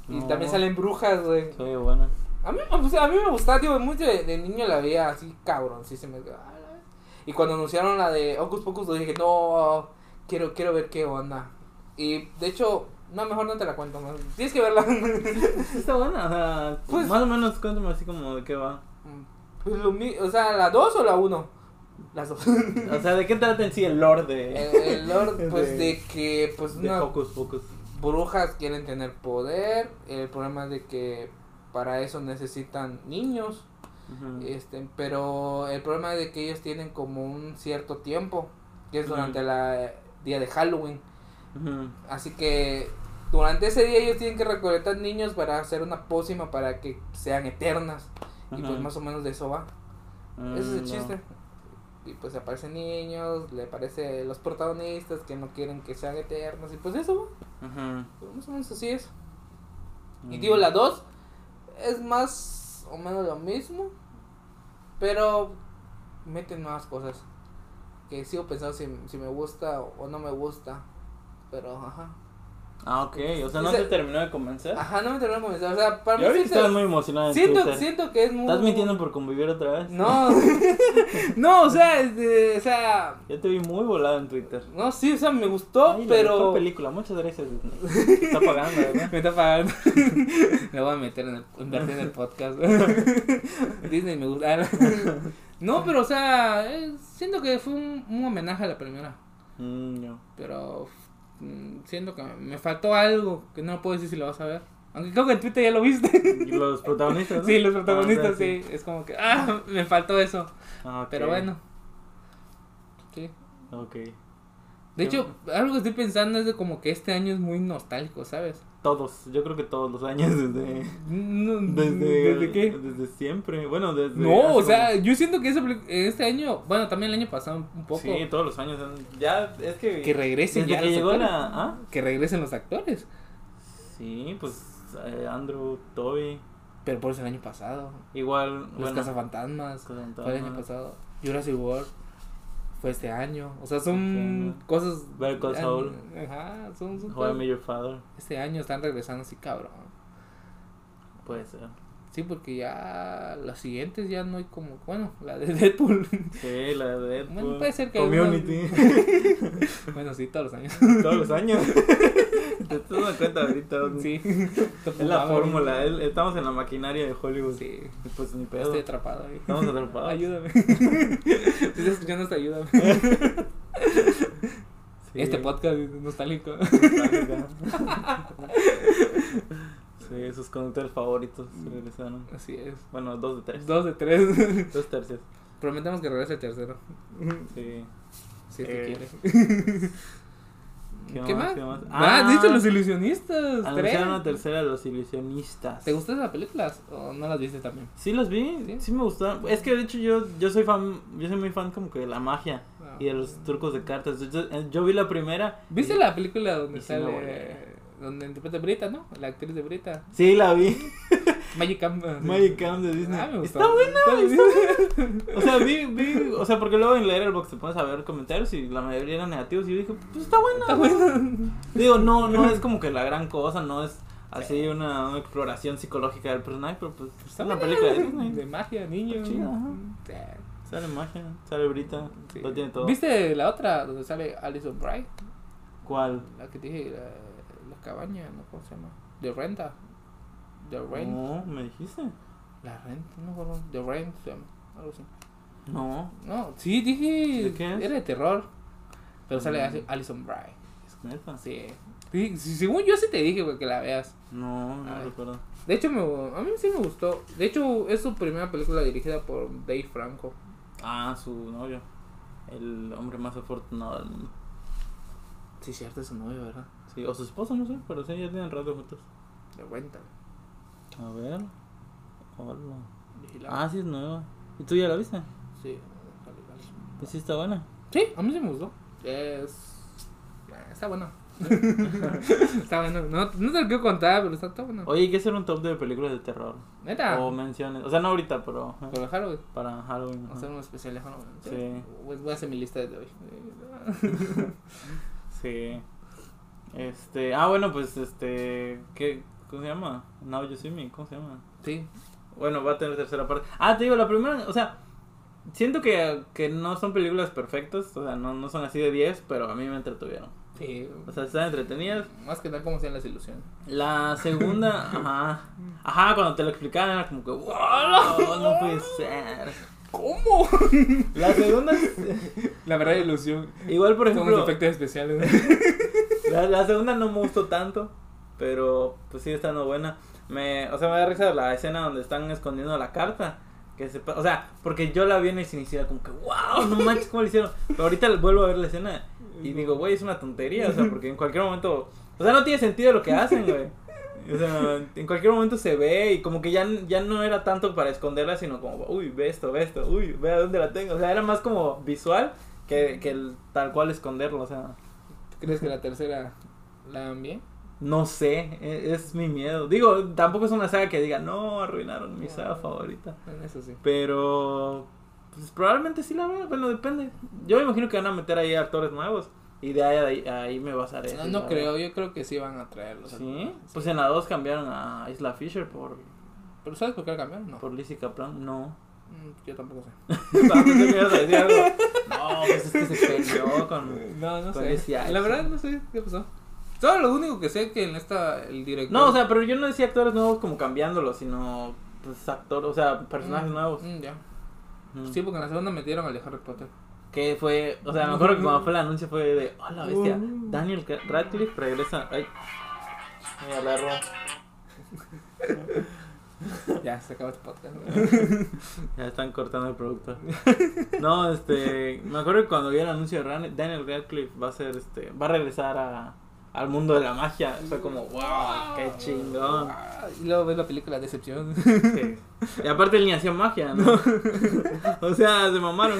Speaker 2: Y
Speaker 1: No.
Speaker 2: también salen brujas, güey.
Speaker 1: Soy buena.
Speaker 2: A mí, o sea, a mí me gustaba, tío, mucho de, de niño la veía así, cabrón, sí se me... Y cuando anunciaron la de Ocus Pocus, yo dije, no, quiero, quiero ver qué onda. Y, de hecho, no, mejor no te la cuento más. Tienes que verla.
Speaker 1: Sí Está buena, o sea,
Speaker 2: Pues-
Speaker 1: más o menos cuéntame así como de qué va.
Speaker 2: Pues lo mi- o sea, ¿la 2 o la 1? Las dos.
Speaker 1: O sea, ¿de qué trata en sí el lore
Speaker 2: el,
Speaker 1: de,
Speaker 2: el Lord, pues,
Speaker 1: De-
Speaker 2: de que, pues,
Speaker 1: de
Speaker 2: una...
Speaker 1: Hocus Pocus?
Speaker 2: brujas quieren tener poder. El problema es de que para eso necesitan niños.
Speaker 1: Ujú.
Speaker 2: Este, pero el problema es de que ellos tienen como un cierto tiempo, que es
Speaker 1: Ujú.
Speaker 2: durante la día de Halloween.
Speaker 1: Ujú.
Speaker 2: Así que durante ese día ellos tienen que recolectar niños para hacer una pócima para que sean eternas. Y pues
Speaker 1: Ujú.
Speaker 2: más o menos de eso va.
Speaker 1: Mm,
Speaker 2: Ese es el
Speaker 1: no.
Speaker 2: chiste. Y pues aparecen niños, le aparece los protagonistas que no quieren que sean eternos. Y pues eso va.
Speaker 1: Ujú.
Speaker 2: Pero más o menos así es. Y digo, la 2 es más o menos lo mismo, pero meten nuevas cosas. Que sigo pensando si, si me gusta o no me gusta. Pero, ajá.
Speaker 1: Ah, ok. O sea, no
Speaker 2: Ese-
Speaker 1: se terminó de convencer.
Speaker 2: Ajá, no me terminó de convencer. O sea, para
Speaker 1: Yo
Speaker 2: mí
Speaker 1: ahorita
Speaker 2: siento,
Speaker 1: estás muy emocionada en
Speaker 2: siento,
Speaker 1: Twitter.
Speaker 2: siento que es muy...
Speaker 1: ¿Estás mintiendo por convivir otra vez?
Speaker 2: No, no, o sea, este, o sea...
Speaker 1: Yo te vi muy volada en Twitter.
Speaker 2: No, sí, o sea, me gustó,
Speaker 1: Ay, la mejor
Speaker 2: pero...
Speaker 1: película. Muchas gracias, Disney. Está pagando, ¿verdad?
Speaker 2: Me está pagando. me voy a meter en el, invertir en el podcast. Disney me gusta. no, pero o sea, eh, siento que fue un, un homenaje a la primera.
Speaker 1: Mm, no.
Speaker 2: Pero mm, siento que me faltó algo que no puedo decir si lo vas a ver. Aunque creo que en Twitter ya lo viste.
Speaker 1: Y Los protagonistas. ¿no?
Speaker 2: sí, los protagonistas,
Speaker 1: Ah, o sea,
Speaker 2: sí. Es como que, ah, me faltó eso.
Speaker 1: Ah, ok.
Speaker 2: Pero bueno. Sí.
Speaker 1: Ok.
Speaker 2: De
Speaker 1: Qué
Speaker 2: hecho, algo que estoy pensando es de como que este año es muy nostálgico, ¿sabes?
Speaker 1: Todos. Yo creo que todos los años desde.
Speaker 2: Desde,
Speaker 1: ¿Desde,
Speaker 2: ¿Desde qué?
Speaker 1: Desde siempre. Bueno, desde.
Speaker 2: No,
Speaker 1: hace
Speaker 2: o sea, yo siento que esa peli- este año, bueno, también el año pasado un
Speaker 1: como-
Speaker 2: poco,
Speaker 1: Sí, todos los años. Ya, es que.
Speaker 2: que regresen
Speaker 1: desde
Speaker 2: ya
Speaker 1: que
Speaker 2: los
Speaker 1: llegó
Speaker 2: actores.
Speaker 1: la. ¿Ah?
Speaker 2: Que regresen los actores.
Speaker 1: Sí, pues. eh, Andrew, Toby.
Speaker 2: Pero por eso el año pasado.
Speaker 1: Igual.
Speaker 2: Los
Speaker 1: bueno,
Speaker 2: Cazafantasmas, fue el año
Speaker 1: Cazafantasmas.
Speaker 2: pasado. Jurassic World fue este año. O sea, son
Speaker 1: Sí.
Speaker 2: cosas...
Speaker 1: Better Call Saul.
Speaker 2: Ajá, son, son
Speaker 1: How I
Speaker 2: cosas-
Speaker 1: Met Your Father.
Speaker 2: Este año están regresando así, cabrón.
Speaker 1: Puede ser.
Speaker 2: Sí, porque ya los siguientes ya no hay como... Bueno, la de Deadpool.
Speaker 1: Sí, la de Deadpool.
Speaker 2: puede ser que
Speaker 1: Community.
Speaker 2: bueno, sí, todos los años.
Speaker 1: Todos los años. Te estás dando cuenta ahorita. güey.
Speaker 2: Sí.
Speaker 1: Es la fórmula. es- estamos en la maquinaria de Hollywood.
Speaker 2: Sí. Este
Speaker 1: Pues ni pedo.
Speaker 2: Estoy atrapado ahí.
Speaker 1: Estamos atrapados.
Speaker 2: Ayúdame. Si estás escuchando esto, ayúdame.
Speaker 1: Sí.
Speaker 2: Este podcast es nostálgico.
Speaker 1: Sí, sus conductores favoritos regresaron.
Speaker 2: Así es.
Speaker 1: Bueno, dos de tres.
Speaker 2: Mm. Dos de tres.
Speaker 1: Dos tercios.
Speaker 2: Prometemos que regrese el tercero.
Speaker 1: Sí.
Speaker 2: Si es que
Speaker 1: Eh,
Speaker 2: quiere.
Speaker 1: ¿Qué
Speaker 2: ¿Qué
Speaker 1: más?
Speaker 2: más?
Speaker 1: ¿Qué más?
Speaker 2: Ah,
Speaker 1: Ah,
Speaker 2: dicho los ilusionistas. Tres.
Speaker 1: Anunciaron una tercera de los ilusionistas.
Speaker 2: ¿Te gustan esas películas o no las viste también?
Speaker 1: Sí, los vi. Sí,
Speaker 2: ¿Sí?
Speaker 1: me gustaron. Es que de hecho yo, yo soy fan, yo soy muy fan como que de la magia
Speaker 2: No.
Speaker 1: y de los trucos de cartas. Yo, eh, yo vi la primera.
Speaker 2: ¿Viste
Speaker 1: y-
Speaker 2: la película donde
Speaker 1: y sí me
Speaker 2: sale...
Speaker 1: volé.
Speaker 2: Donde interpreta Brita, ¿no? La actriz de Brita.
Speaker 1: Sí, la vi.
Speaker 2: Magic Camp. así.
Speaker 1: Magic Camp de Disney.
Speaker 2: Ah, me gustó.
Speaker 1: Está buena,
Speaker 2: Está
Speaker 1: está
Speaker 2: bien.
Speaker 1: O sea, vi, vi, o sea, porque luego en Letterboxd te pones a ver comentarios y la mayoría eran negativos y yo dije, pues está buena.
Speaker 2: Está
Speaker 1: ¿no?
Speaker 2: buena.
Speaker 1: Digo, no, no es como que la gran cosa, no es así una, una exploración psicológica del personaje, pero pues es
Speaker 2: Está
Speaker 1: una
Speaker 2: buena.
Speaker 1: película de Disney.
Speaker 2: De magia, niño.
Speaker 1: Está chida, ajá.
Speaker 2: Sí.
Speaker 1: Sale magia, sale brita,
Speaker 2: Sí.
Speaker 1: lo tiene todo.
Speaker 2: ¿Viste la otra donde sale Alison Bright?
Speaker 1: ¿Cuál?
Speaker 2: La que te dije, la, la cabaña, ¿no? ¿Cómo se llama? De renta. The Rent.
Speaker 1: No, me dijiste.
Speaker 2: La renta, no me acuerdo. The Rent se llama. Algo así.
Speaker 1: No,
Speaker 2: No, sí, dije.
Speaker 1: ¿De qué es?
Speaker 2: Era de terror. Pero sale
Speaker 1: Mm.
Speaker 2: Asi- Alison Bright.
Speaker 1: es neta.
Speaker 2: Sí. Sí, sí, Según yo sí te dije, güey, que la veas.
Speaker 1: No, no
Speaker 2: Ay.
Speaker 1: recuerdo.
Speaker 2: De hecho, me, a mí sí me gustó. De hecho, es su primera película dirigida por Dave Franco.
Speaker 1: Ah, su novio. El hombre más afortunado del mundo.
Speaker 2: Sí, cierto, es su novio, ¿verdad?
Speaker 1: Sí, o su esposo, no sé, pero sí, ya tienen rato juntos.
Speaker 2: De renta.
Speaker 1: A ver. Hola. Ah, sí, es nueva. ¿Y tú ya la viste?
Speaker 2: Sí, sale Alison
Speaker 1: Pues sí, está buena.
Speaker 2: Sí, a mí sí me gustó. Es... eh, Está bueno. está bueno. No, no te lo quiero contar, pero está, está bueno.
Speaker 1: Oye, hay que hacer un top de películas de terror.
Speaker 2: Neta.
Speaker 1: O menciones. O sea, no ahorita, pero ajá,
Speaker 2: Por Halloween.
Speaker 1: para Halloween. ajá.
Speaker 2: Hacer un especial de Halloween. Sí.
Speaker 1: Sí.
Speaker 2: Pues voy a hacer mi lista de hoy.
Speaker 1: Sí. Este. Ah, bueno, pues este. ¿qué, ¿Cómo se llama? Now You See Me. ¿Cómo se llama?
Speaker 2: sí.
Speaker 1: Bueno, va a tener tercera parte. Ah, te digo, la primera, o sea, siento que, que no son películas perfectas, o sea, no, no son así de 10, pero a mí me entretuvieron.
Speaker 2: Sí.
Speaker 1: O sea, están entretenidas.
Speaker 2: Más que nada como sean las ilusiones.
Speaker 1: La segunda, ajá. Ajá, cuando te lo explicaban era como que, wow, no puede ser.
Speaker 2: ¿Cómo?
Speaker 1: La segunda,
Speaker 2: La verdad ilusión.
Speaker 1: igual por
Speaker 2: Son los
Speaker 1: ejemplo,
Speaker 2: efectos especiales.
Speaker 1: la, la segunda no me gustó tanto, pero pues sigue estando buena. Me, o sea, me da risa la escena donde están escondiendo la carta. Que se, pa- o sea, porque yo la vi en el inicial como que, wow, no manches, ¿cómo lo hicieron? Pero ahorita vuelvo a ver la escena y digo, güey, es una tontería, o sea, porque en cualquier momento, o sea, no tiene sentido lo que hacen, güey. O sea, en cualquier momento se ve y como que ya, ya no era tanto para esconderla, sino como, uy, ve esto, ve esto, uy, ve a dónde la tengo. O sea, era más como visual que, que el, tal cual esconderlo, o sea.
Speaker 2: ¿Tú crees que la tercera la dan bien?
Speaker 1: No sé, e- es, mi miedo. Digo, tampoco es una saga que diga, no, arruinaron mi saga favorita.
Speaker 2: En eso sí.
Speaker 1: Pero, pues probablemente sí la vea, bueno, depende. Yo me imagino que van a meter ahí actores nuevos y de ahí, de ahí- ahí me basaré.
Speaker 2: No,
Speaker 1: si
Speaker 2: no
Speaker 1: la veo.
Speaker 2: creo. Yo creo que sí van a traerlos.
Speaker 1: ¿Sí? Pues en la 2 cambiaron a Isla Fisher por,
Speaker 2: ¿Pero sabes por qué la cambiaron? No.
Speaker 1: por Lizzie Caplan. No.
Speaker 2: Mm, Yo tampoco sé.
Speaker 1: No, Ah, pensé que ibas a decir algo. No, pues es que se peleó con...
Speaker 2: No, no
Speaker 1: Con
Speaker 2: sé.
Speaker 1: ese ice.
Speaker 2: La verdad no sé qué pasó. Solo lo único que sé es que en esta el director.
Speaker 1: No, o sea, pero yo no decía actores nuevos como cambiándolos, sino pues actores, o sea, personajes
Speaker 2: Mm,
Speaker 1: nuevos. Mm.
Speaker 2: mm, ya.
Speaker 1: Ujú.
Speaker 2: Sí, porque en la segunda metieron al de Harry Potter.
Speaker 1: Que fue, o sea, me acuerdo que cuando fue el anuncio fue de, oh la bestia,
Speaker 2: Uh.
Speaker 1: Daniel Radcliffe regresa. Ay, me agarró.
Speaker 2: ya se acaba este podcast.
Speaker 1: Ya están cortando el producto. No, este, me acuerdo que cuando vi el anuncio de Ran- Daniel Radcliffe va a ser, este, va a regresar a, al mundo de la magia. Fue como, wow, qué chingón.
Speaker 2: Ah, Y luego ves la película Decepción.
Speaker 1: Sí. Y aparte él ni hacía magia, ¿no? o sea, se mamaron.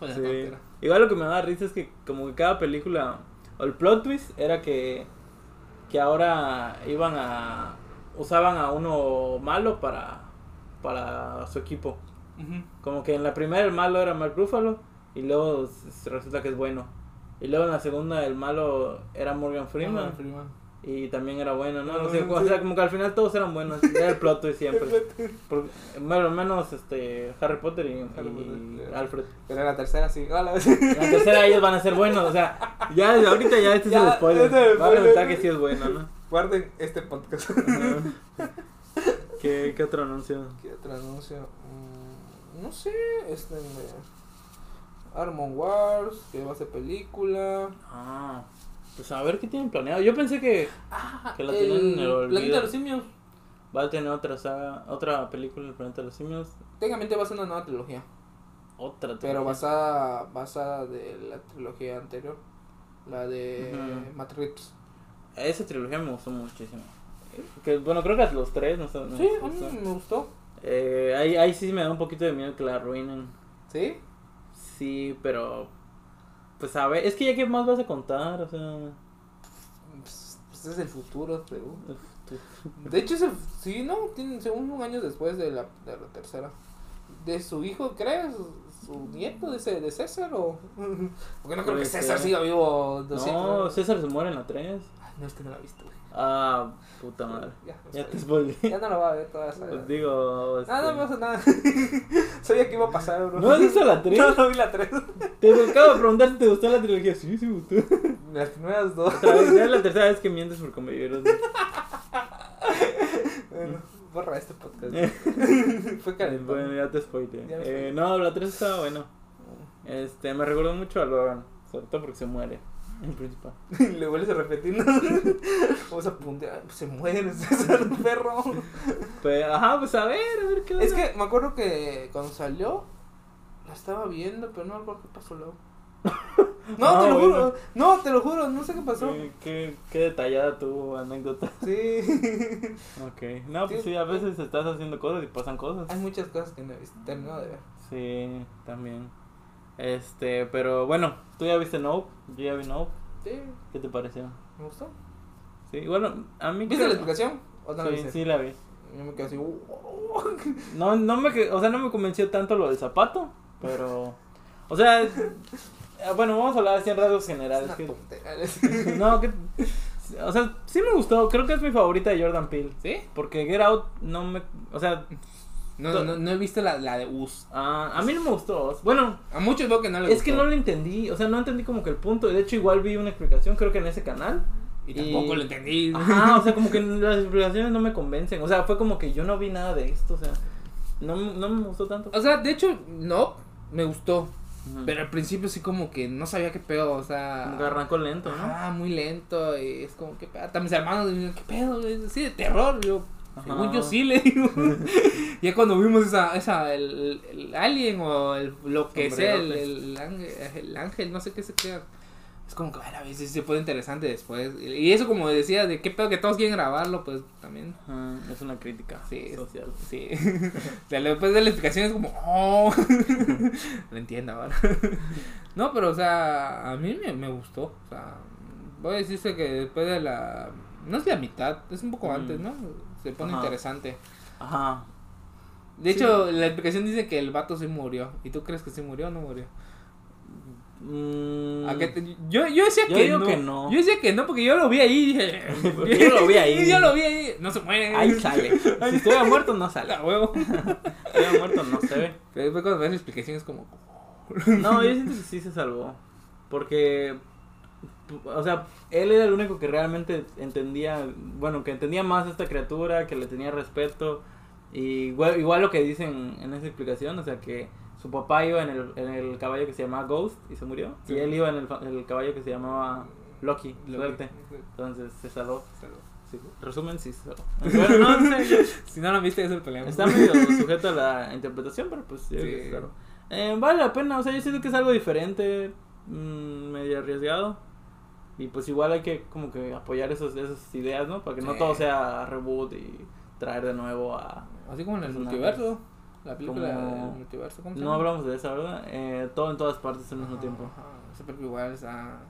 Speaker 2: Pues,
Speaker 1: Sí.
Speaker 2: no, pero-
Speaker 1: Igual lo que me daba risa es que como que cada película, o el plot twist era que, que ahora iban a, usaban a uno malo para, para su equipo.
Speaker 2: Ujú.
Speaker 1: Como que en la primera el malo era Mark Ruffalo y luego s- resulta que es bueno. Y luego en la segunda el malo era Morgan Freeman.
Speaker 2: Morgan Freeman.
Speaker 1: Y también era bueno, ¿no?
Speaker 2: No,
Speaker 1: O sea,
Speaker 2: no,
Speaker 1: o
Speaker 2: sí.
Speaker 1: sea, como que al final todos eran buenos. Era el plot twist siempre. Por, bueno, al menos este, Harry Potter y,
Speaker 2: Harry
Speaker 1: y
Speaker 2: Potter.
Speaker 1: Alfred.
Speaker 2: Pero la tercera sí. Ah,
Speaker 1: La
Speaker 2: la-
Speaker 1: tercera ellos van a ser buenos, o sea, ya desde ahorita ya este es
Speaker 2: Ya,
Speaker 1: el spoiler.
Speaker 2: este es el
Speaker 1: Van a
Speaker 2: spoiler.
Speaker 1: notar que sí es bueno, ¿no?
Speaker 2: Guarden este podcast.
Speaker 1: ¿Qué, qué otro anuncio?
Speaker 2: ¿Qué otro anuncio? Mm, No sé, este. de Armon Wars, que va a ser película.
Speaker 1: Ah, pues a ver qué tienen planeado. Yo pensé que Que la tienen en el olvido.
Speaker 2: Ah, Planeta de los Simios.
Speaker 1: va a tener otra saga, otra película del planeta de los simios.
Speaker 2: Técnicamente va a ser una nueva trilogía.
Speaker 1: Otra
Speaker 2: Pero
Speaker 1: trilogía.
Speaker 2: basada, basada de la trilogía anterior. La de
Speaker 1: Ujú.
Speaker 2: Matt Reeves.
Speaker 1: Esa trilogía me gustó muchísimo. Que, bueno, creo que a los tres nos, nos
Speaker 2: Sí, a mí
Speaker 1: gustó.
Speaker 2: me gustó.
Speaker 1: Eh, ahí, ahí sí me da un poquito de miedo que la arruinen.
Speaker 2: ¿Sí?
Speaker 1: Sí, pero. Pues a ver, es que ya que más vas a contar, o sea.
Speaker 2: Pues, pues es el futuro, según.
Speaker 1: uf, tú-
Speaker 2: De hecho, es el, sí, no, tiene, según un año después de la, de la tercera. De su hijo, ¿crees? Su nieto de, ese, de César o. Porque no creo
Speaker 1: Puede
Speaker 2: que César
Speaker 1: ser.
Speaker 2: siga vivo.
Speaker 1: No,
Speaker 2: 200.
Speaker 1: César se muere en la 3.
Speaker 2: Ay, no, este no la ha visto, güey.
Speaker 1: Ah, puta madre.
Speaker 2: Ya,
Speaker 1: Ya te
Speaker 2: ya,
Speaker 1: spoilé.
Speaker 2: ya no la va a ver toda esa.
Speaker 1: Os digo.
Speaker 2: Ah, no me
Speaker 1: este,
Speaker 2: pasa nada. Sabía que iba a pasar, bro.
Speaker 1: ¿No has visto la tres?
Speaker 2: No, no vi la 3.
Speaker 1: Te acabo de preguntar si te gustó la trilogía. Sí, sí, me gustó.
Speaker 2: Las primeras dos.
Speaker 1: Otra vez, ya es la tercera vez que mientes por convivir.
Speaker 2: Bueno, borra este podcast. Fue calentón.
Speaker 1: Eh. bueno, ya te spoilé.
Speaker 2: Ya
Speaker 1: Eh,
Speaker 2: me spoileé.
Speaker 1: no, la 3 estaba bueno. Este, me recordó mucho a Logan. Sobre todo porque se muere. El principal.
Speaker 2: Le vuelves a repetir. ¿no? Vamos a puntear. Se muere César, perro.
Speaker 1: Pues, ajá, pues a ver, a ver qué
Speaker 2: Es
Speaker 1: onda.
Speaker 2: que me acuerdo que cuando salió, la estaba viendo, pero no me acuerdo qué pasó luego. No,
Speaker 1: Ah,
Speaker 2: te lo
Speaker 1: bueno.
Speaker 2: juro. No, te lo juro. No sé qué pasó.
Speaker 1: Eh, ¿Qué, qué detallada tu anécdota.
Speaker 2: Sí.
Speaker 1: Ok. No, pues
Speaker 2: Sí.
Speaker 1: sí, a veces estás haciendo cosas y pasan cosas.
Speaker 2: Hay muchas cosas que no he visto, terminado de ver.
Speaker 1: Sí, también. Este, pero bueno, tú ya viste Nope, yo ya vi Nope.
Speaker 2: Sí,
Speaker 1: ¿Qué te pareció?
Speaker 2: me gustó.
Speaker 1: Sí, bueno, a mí
Speaker 2: ¿Viste la
Speaker 1: creo-
Speaker 2: explicación? ¿O no la
Speaker 1: Sí,
Speaker 2: viste?
Speaker 1: sí la vi.
Speaker 2: Yo me quedé así. "Oh".
Speaker 1: No, no me, que- o sea, no me convenció tanto lo del zapato, pero, o sea, eh, bueno, vamos a hablar así en rasgos
Speaker 2: Es
Speaker 1: generales.
Speaker 2: una
Speaker 1: que-
Speaker 2: tontería.
Speaker 1: no, que, o sea, sí me gustó, creo que es mi favorita de Jordan Peele,
Speaker 2: ¿Sí?
Speaker 1: porque Get Out no me, o sea,
Speaker 2: No, no, no, no he visto la, la de Us.
Speaker 1: ah, a mí no me gustó. Bueno,
Speaker 2: A muchos veo que no les
Speaker 1: es que no lo entendí, o sea, no entendí como que el punto, de hecho igual vi una explicación, creo que en ese canal.
Speaker 2: Y tampoco
Speaker 1: y-
Speaker 2: lo entendí.
Speaker 1: Eh, Ajá, o sea, como que las explicaciones no me convencen. O sea, fue como que yo no vi nada de esto, o sea, no, me- no me gustó tanto.
Speaker 2: O sea, de hecho, no, me gustó.
Speaker 1: Ujú.
Speaker 2: Pero al principio sí como que no sabía qué pedo, o sea...
Speaker 1: Como que arrancó lento, ¿no?
Speaker 2: Ah, muy lento, y es como, qué pedo. Hasta mis hermanos, dicen, qué pedo, es sí, de terror, yo...
Speaker 1: Ajá.
Speaker 2: Según yo sí le digo. ya cuando vimos esa, esa el, el alien o el, lo que sea, el,
Speaker 1: Sombrerotes.
Speaker 2: el ángel, el ángel, no sé qué se crea. Es como que, "Ay, a veces se pone interesante después. Y eso como decía, de qué pedo que todos quieren grabarlo, pues también
Speaker 1: Ajá, es una crítica
Speaker 2: Sí, es-
Speaker 1: social.
Speaker 2: Sí. O sea, después de la explicación es como, oh, lo entiendo ahora. no, pero, o sea, a mí me, me gustó. O sea, voy a decirse que después de la. No es la mitad, es un poco
Speaker 1: Mm.
Speaker 2: antes, ¿no? Se pone
Speaker 1: Ajá.
Speaker 2: interesante.
Speaker 1: Ajá.
Speaker 2: De
Speaker 1: Sí.
Speaker 2: hecho, la explicación dice que el vato sí murió. ¿Y tú crees que sí murió o no murió?
Speaker 1: Mm,
Speaker 2: ¿A qué te- yo, yo decía
Speaker 1: Yo
Speaker 2: que,
Speaker 1: digo
Speaker 2: no.
Speaker 1: que no.
Speaker 2: Yo decía que no, porque yo lo vi ahí. y dije,
Speaker 1: Porque yo lo vi ahí.
Speaker 2: yo lo vi ahí. No se muere.
Speaker 1: Ahí sale. Si estuviera muerto, no sale.
Speaker 2: La huevo.
Speaker 1: Si estuviera muerto, no se ve.
Speaker 2: Pero después cuando ves la explicación es como,
Speaker 1: No, yo siento que sí se salvó. Porque, o sea, él era el único que realmente entendía, bueno, que entendía más a esta criatura, que le tenía respeto. Y igual, igual lo que dicen en esa explicación, o sea, que su papá iba en el, en el caballo que se llamaba Ghost y se murió.
Speaker 2: Sí.
Speaker 1: Y él iba en el, fa- el caballo que se llamaba Loki,
Speaker 2: Lo
Speaker 1: suerte.
Speaker 2: que-
Speaker 1: Entonces se salvó. Sí. Resumen, sí se salvó.
Speaker 2: Bueno,
Speaker 1: Pues Bueno, no, en serio,
Speaker 2: Si no lo viste, es el problema.
Speaker 1: Está medio sujeto a la interpretación, pero pues yo
Speaker 2: Sí.
Speaker 1: creo que es raro. Eh, vale la pena, o sea, yo siento que es algo diferente, mm, medio arriesgado. Y pues igual hay que como que apoyar esos, esas ideas, ¿no? Para que no
Speaker 2: Sí.
Speaker 1: todo sea reboot y traer de nuevo a...
Speaker 2: Así como en el
Speaker 1: Es una-
Speaker 2: multiverso. La película
Speaker 1: como-
Speaker 2: del multiverso. ¿cómo se
Speaker 1: No
Speaker 2: llama?
Speaker 1: hablamos de esa, ¿verdad? Eh, todo en todas partes al mismo
Speaker 2: Ajá,
Speaker 1: tiempo.
Speaker 2: ajá. Esa película igual está-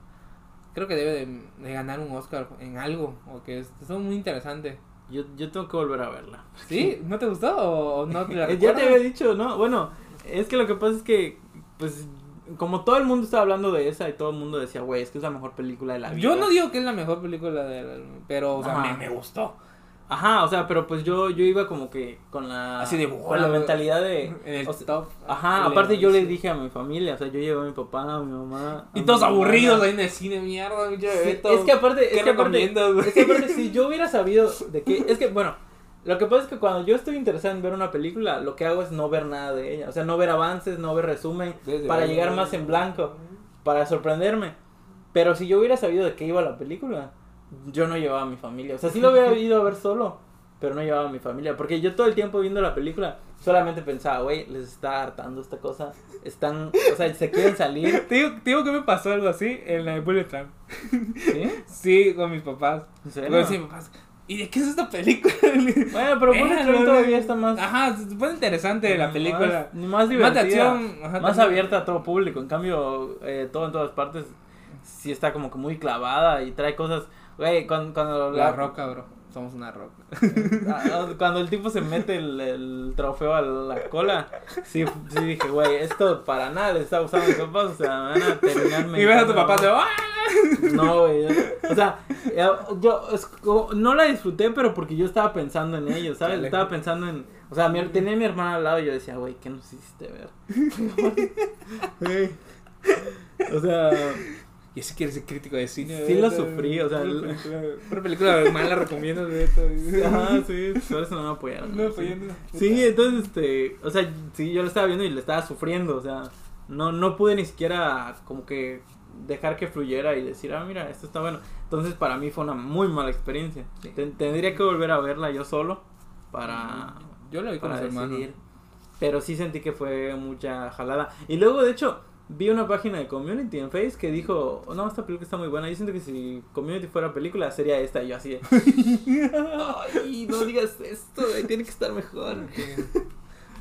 Speaker 2: Creo que debe de, de ganar un Oscar en algo. O que es, son muy interesante.
Speaker 1: Yo, yo tengo que volver a verla.
Speaker 2: ¿Sí? ¿No te gustó o o no te la
Speaker 1: Eh, ya te
Speaker 2: recuerdas?
Speaker 1: había dicho, ¿no? Bueno, es que lo que pasa es que, pues, como todo el mundo estaba hablando de esa y todo el mundo decía, güey, es que es la mejor película de la vida.
Speaker 2: Yo no digo que es la mejor película de la- pero o sea,
Speaker 1: Ajá.
Speaker 2: me, me gustó.
Speaker 1: Ajá, o sea, pero pues yo, yo iba como que con la...
Speaker 2: Así de,
Speaker 1: con la
Speaker 2: "Wow".
Speaker 1: mentalidad de...
Speaker 2: En Eh,
Speaker 1: Eh,
Speaker 2: el
Speaker 1: o sea,
Speaker 2: top.
Speaker 1: Ajá,
Speaker 2: El-
Speaker 1: aparte yo le
Speaker 2: sí.
Speaker 1: dije a mi familia, o sea, yo llevé a mi papá, a mi mamá. a
Speaker 2: Y
Speaker 1: mi
Speaker 2: todos
Speaker 1: hermana.
Speaker 2: aburridos ahí en el cine, mierda, mucho
Speaker 1: Sí,
Speaker 2: evento.
Speaker 1: es que aparte, es
Speaker 2: ¿Qué
Speaker 1: que aparte,
Speaker 2: recomiendas, güey?
Speaker 1: es que aparte, si yo hubiera sabido de qué, es que bueno, lo que pasa es que cuando yo estoy interesado en ver una película, lo que hago es no ver nada de ella, o sea, no ver avances, no ver resumen,
Speaker 2: Desde
Speaker 1: para
Speaker 2: luego.
Speaker 1: llegar más en blanco, para sorprenderme. Pero si yo hubiera sabido de qué iba la película, yo no llevaba a mi familia, o sea, sí lo hubiera ido a ver solo, pero no llevaba a mi familia, porque yo todo el tiempo viendo la película solamente pensaba, güey, les está hartando esta cosa, están, o sea, se quieren salir,
Speaker 2: Te digo, te digo que me pasó algo así en la de Bullet Trump.
Speaker 1: ¿sí?
Speaker 2: Sí, con mis papás.
Speaker 1: ¿En serio?
Speaker 2: Con mis papás. ¿Y de qué es esta película?
Speaker 1: Bueno, pero Bullet
Speaker 2: Vean,
Speaker 1: Train
Speaker 2: no,
Speaker 1: todavía
Speaker 2: no.
Speaker 1: está más.
Speaker 2: Ajá, se supone interesante la película.
Speaker 1: Más, más
Speaker 2: Más de
Speaker 1: divertida.
Speaker 2: acción. ajá,
Speaker 1: más
Speaker 2: también.
Speaker 1: abierta a todo público. En cambio, eh, todo en todas partes sí está como que muy clavada y trae cosas. Güey, cuando, cuando, la-
Speaker 2: La roca, bro. Somos una roca.
Speaker 1: ah, cuando el tipo se mete el, el trofeo a la cola, sí, sí dije, güey, esto para nada le está usando mis papás. O sea, me van a terminarme.
Speaker 2: Y ves a tu papá, te va.
Speaker 1: No, güey. yo- O sea, yo, yo- es como- no la disfruté, pero porque yo estaba pensando en ello, ¿sabes?
Speaker 2: Chale.
Speaker 1: Estaba pensando en. O sea, mi- tenía a mi hermana al lado y yo decía, güey, ¿qué nos hiciste ver? Güey. o sea,
Speaker 2: Y así quieres ser crítico de cine.
Speaker 1: Sí
Speaker 2: ¿verdad?
Speaker 1: lo sufrí, o sea,
Speaker 2: Pura
Speaker 1: el-
Speaker 2: película- pura película mal la recomiendo, de esto.
Speaker 1: ajá, sí, por eso no me apoyaron.
Speaker 2: No,
Speaker 1: sí.
Speaker 2: apoyando.
Speaker 1: Sí, entonces, este. O sea, sí, yo la estaba viendo y la estaba sufriendo, o sea, no, no pude ni siquiera como que dejar que fluyera y decir, ah, mira, esto está bueno. Entonces, para mí fue una muy mala experiencia.
Speaker 2: Sí.
Speaker 1: Ten- tendría que volver a verla yo solo para,
Speaker 2: Yo lo vi con
Speaker 1: para
Speaker 2: mis hermanos.
Speaker 1: decidir. Pero sí sentí que fue mucha jalada. Y luego, de hecho, vi una página de Community en Face que dijo, "Oh, no, esta película está muy buena. Yo siento que si Community fuera película, sería esta. Y yo así de, ay, no digas esto, güey, tiene que estar mejor.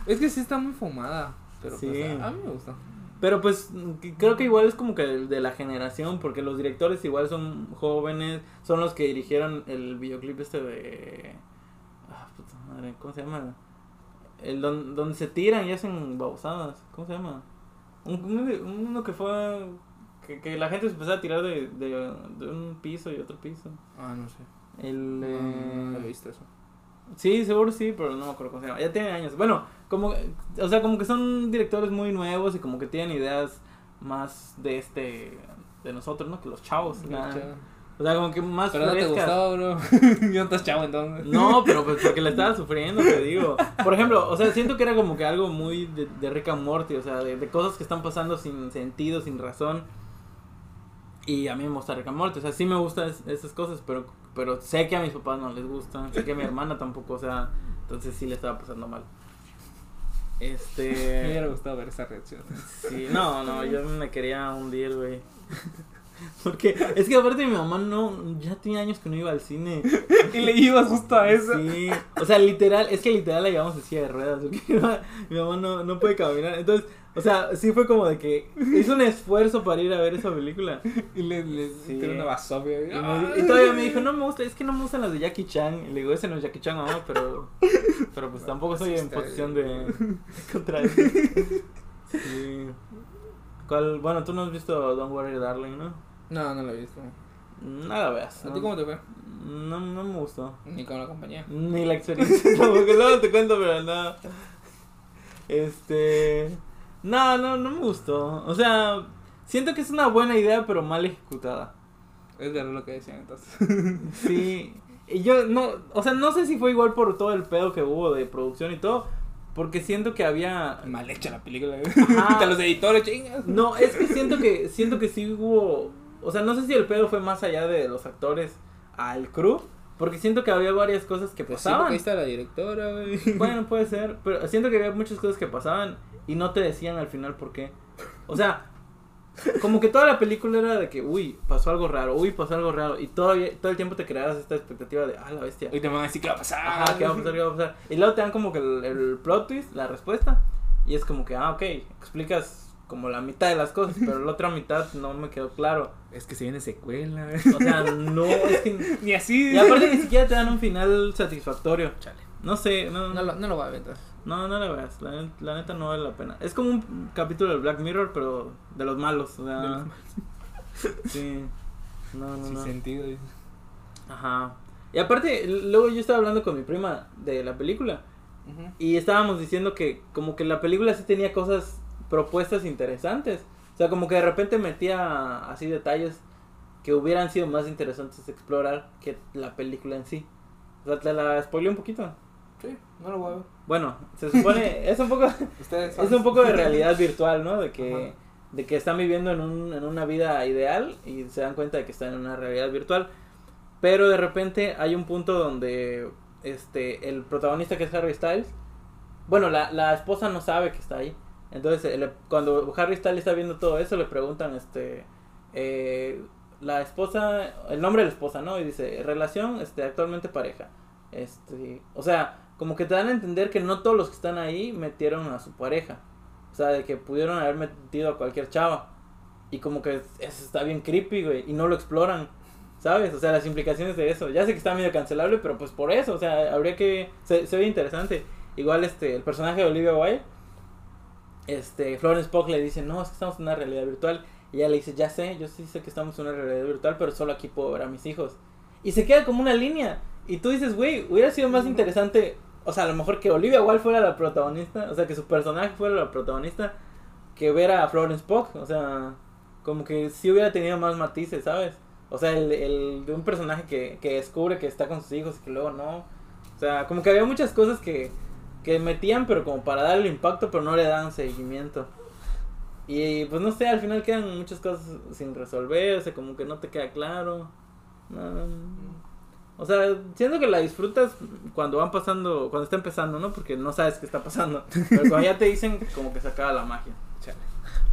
Speaker 2: Es que sí está muy fumada. Pero
Speaker 1: Sí.
Speaker 2: pues, a a mí me gusta.
Speaker 1: Pero pues que- creo que igual es como que el de la generación, porque los directores igual son jóvenes, son los que dirigieron el videoclip este de... Ah, puta madre, ¿cómo se llama? El don- donde se tiran y hacen babosadas, ¿cómo se llama? Un- un- uno que fue... Que, que la gente se empezó a tirar de, de, de un piso y otro piso.
Speaker 2: Ah, no sé.
Speaker 1: El...
Speaker 2: No, no, no
Speaker 1: eh,
Speaker 2: he visto eso.
Speaker 1: Sí, seguro sí, pero no me acuerdo cómo se llama. Ya tiene años. Bueno, como, o sea, como que son directores muy nuevos y como que tienen ideas más de este, de nosotros, ¿no? Que los chavos. la- O sea, como que más
Speaker 2: Pero no te
Speaker 1: frescas.
Speaker 2: gustaba, bro. Yo no estás chavo entonces.
Speaker 1: No, pero pues porque la estaba sufriendo, te digo. Por ejemplo, o sea, siento que era como que algo muy de, de Rick and Morty, o sea, de, de cosas que están pasando sin sentido, sin razón. Y a mí me gusta Rick and Morty, o sea, sí me gustan es- esas cosas, pero, pero sé que a mis papás no les gustan, sé que a mi hermana tampoco, o sea, entonces sí le estaba pasando mal.
Speaker 2: Me hubiera
Speaker 1: Este...
Speaker 2: gustado ver esa reacción.
Speaker 1: Sí, no, no, yo me quería hundir, güey. Porque es que aparte mi mamá no, ya tenía años que no iba al cine.
Speaker 2: y le ibas justo a eso.
Speaker 1: Sí, o sea, literal, es que literal la llevamos en silla de ruedas, porque mi mamá, mi mamá no, no puede caminar. Entonces, o sea, sí fue como de que hizo un esfuerzo para ir a ver esa película.
Speaker 2: Y le, le
Speaker 1: Sí.
Speaker 2: tiró una basofia.
Speaker 1: Y, me- y todavía me dijo, no me gusta, es que no me gustan las de Jackie Chan. Y le digo, ese no es Jackie Chan, mamá, pero, pero pues tampoco estoy en posición de contradecir. Sí. ¿Cuál? Bueno, tú no has visto Don't Worry Darling, ¿no?
Speaker 2: No, no lo he visto.
Speaker 1: Nada veas.
Speaker 2: ¿A
Speaker 1: No,
Speaker 2: ti cómo te fue?
Speaker 1: no, no me gustó.
Speaker 2: Ni con la compañía.
Speaker 1: Ni la experiencia tampoco. Luego te cuento, pero no. Este. No, no, no me gustó. O sea, siento que es una buena idea, pero mal ejecutada.
Speaker 2: Es verdad lo que decían entonces.
Speaker 1: Sí. Y yo no. O sea, no sé si fue igual por todo el pedo que hubo de producción y todo. Porque siento que había.
Speaker 2: Mal hecha la película.
Speaker 1: Ajá.
Speaker 2: Hasta los editores, chingas.
Speaker 1: No, es que siento que siento que sí hubo, o sea, no sé si el pedo fue más allá de los actores al crew, porque siento que había varias cosas que
Speaker 2: Pues sí, porque
Speaker 1: pasaban.
Speaker 2: ahí está la directora, güey.
Speaker 1: Bueno, puede ser, pero siento que había muchas cosas que pasaban y no te decían al final por qué. O sea, como que toda la película era de que, uy, pasó algo raro, uy, pasó algo raro, y todavía, todo el tiempo te creabas esta expectativa de, ah, la bestia.
Speaker 2: Hoy te van a decir qué va a pasar.
Speaker 1: Ajá, ¿qué va a pasar? ¿Qué va a pasar? Y luego te dan como que el, el plot twist, la respuesta. Y es como que, ah, ok, explicas como la mitad de las cosas, pero la otra mitad no me quedó claro.
Speaker 2: Es que se viene secuela.
Speaker 1: O sea, no, es que...
Speaker 2: Ni así.
Speaker 1: Y aparte ni siquiera te dan un final satisfactorio.
Speaker 2: Chale.
Speaker 1: No sé, no,
Speaker 2: No
Speaker 1: no,
Speaker 2: lo, no lo voy a aventar.
Speaker 1: no, la veas. La, net- la neta no vale la pena. Es como un capítulo de Black Mirror, pero de los malos. O sea,
Speaker 2: De los-
Speaker 1: sí. No, no,
Speaker 2: Sin
Speaker 1: no.
Speaker 2: sentido. dice.
Speaker 1: Ajá. Y aparte, l- luego yo estaba hablando con mi prima de la película.
Speaker 2: Ujú.
Speaker 1: Y estábamos diciendo que como que la película sí tenía cosas, propuestas interesantes. O sea, como que de repente metía así detalles que hubieran sido más interesantes de explorar que la película en sí. O sea, te la spoileé un poquito.
Speaker 2: Sí, no lo voy a ver.
Speaker 1: Bueno, se supone, es un poco,
Speaker 2: Ustedes
Speaker 1: es un poco de realidad virtual, ¿no? De que, de que están viviendo en, un, en una vida ideal y se dan cuenta de que están en una realidad virtual. Pero de repente hay un punto donde este el protagonista que es Harry Styles, bueno, la, la esposa no sabe que está ahí. Entonces, el- cuando Harry Styles está viendo todo eso, le preguntan, este, eh, la esposa, el nombre de la esposa, ¿no? Y dice, relación, este, actualmente pareja. Este, o sea, como que te dan a entender que no todos los que están ahí metieron a su pareja. O sea, de que pudieron haber metido a cualquier chava. Y como que es- eso está bien creepy, güey. Y no lo exploran, ¿sabes? O sea, las implicaciones de eso. Ya sé que está medio cancelable, pero pues por eso. O sea, habría que... Se, se ve interesante. Igual este, el personaje de Olivia Wilde. Este, Florence Pugh le dice, no, es que estamos en una realidad virtual. Y ella le dice, ya sé, yo sí sé que estamos en una realidad virtual, pero solo aquí puedo ver a mis hijos. Y se queda como una línea. Y tú dices, güey, hubiera sido más interesante, o sea, a lo mejor que Olivia Wilde fuera la protagonista, o sea, que su personaje fuera la protagonista, que ver a Florence Pugh, o sea, como que sí hubiera tenido más matices, ¿sabes? O sea, el, el de un personaje que, que descubre que está con sus hijos y que luego no. O sea, como que había muchas cosas que, que metían, pero como para darle impacto, pero no le dan seguimiento. Y pues no sé, al final quedan muchas cosas sin resolver, o sea, como que no te queda claro. No, o sea, siento que la disfrutas cuando van pasando, cuando está empezando, ¿no? Porque no sabes qué está pasando. Pero cuando ya te dicen, como que se acaba la magia.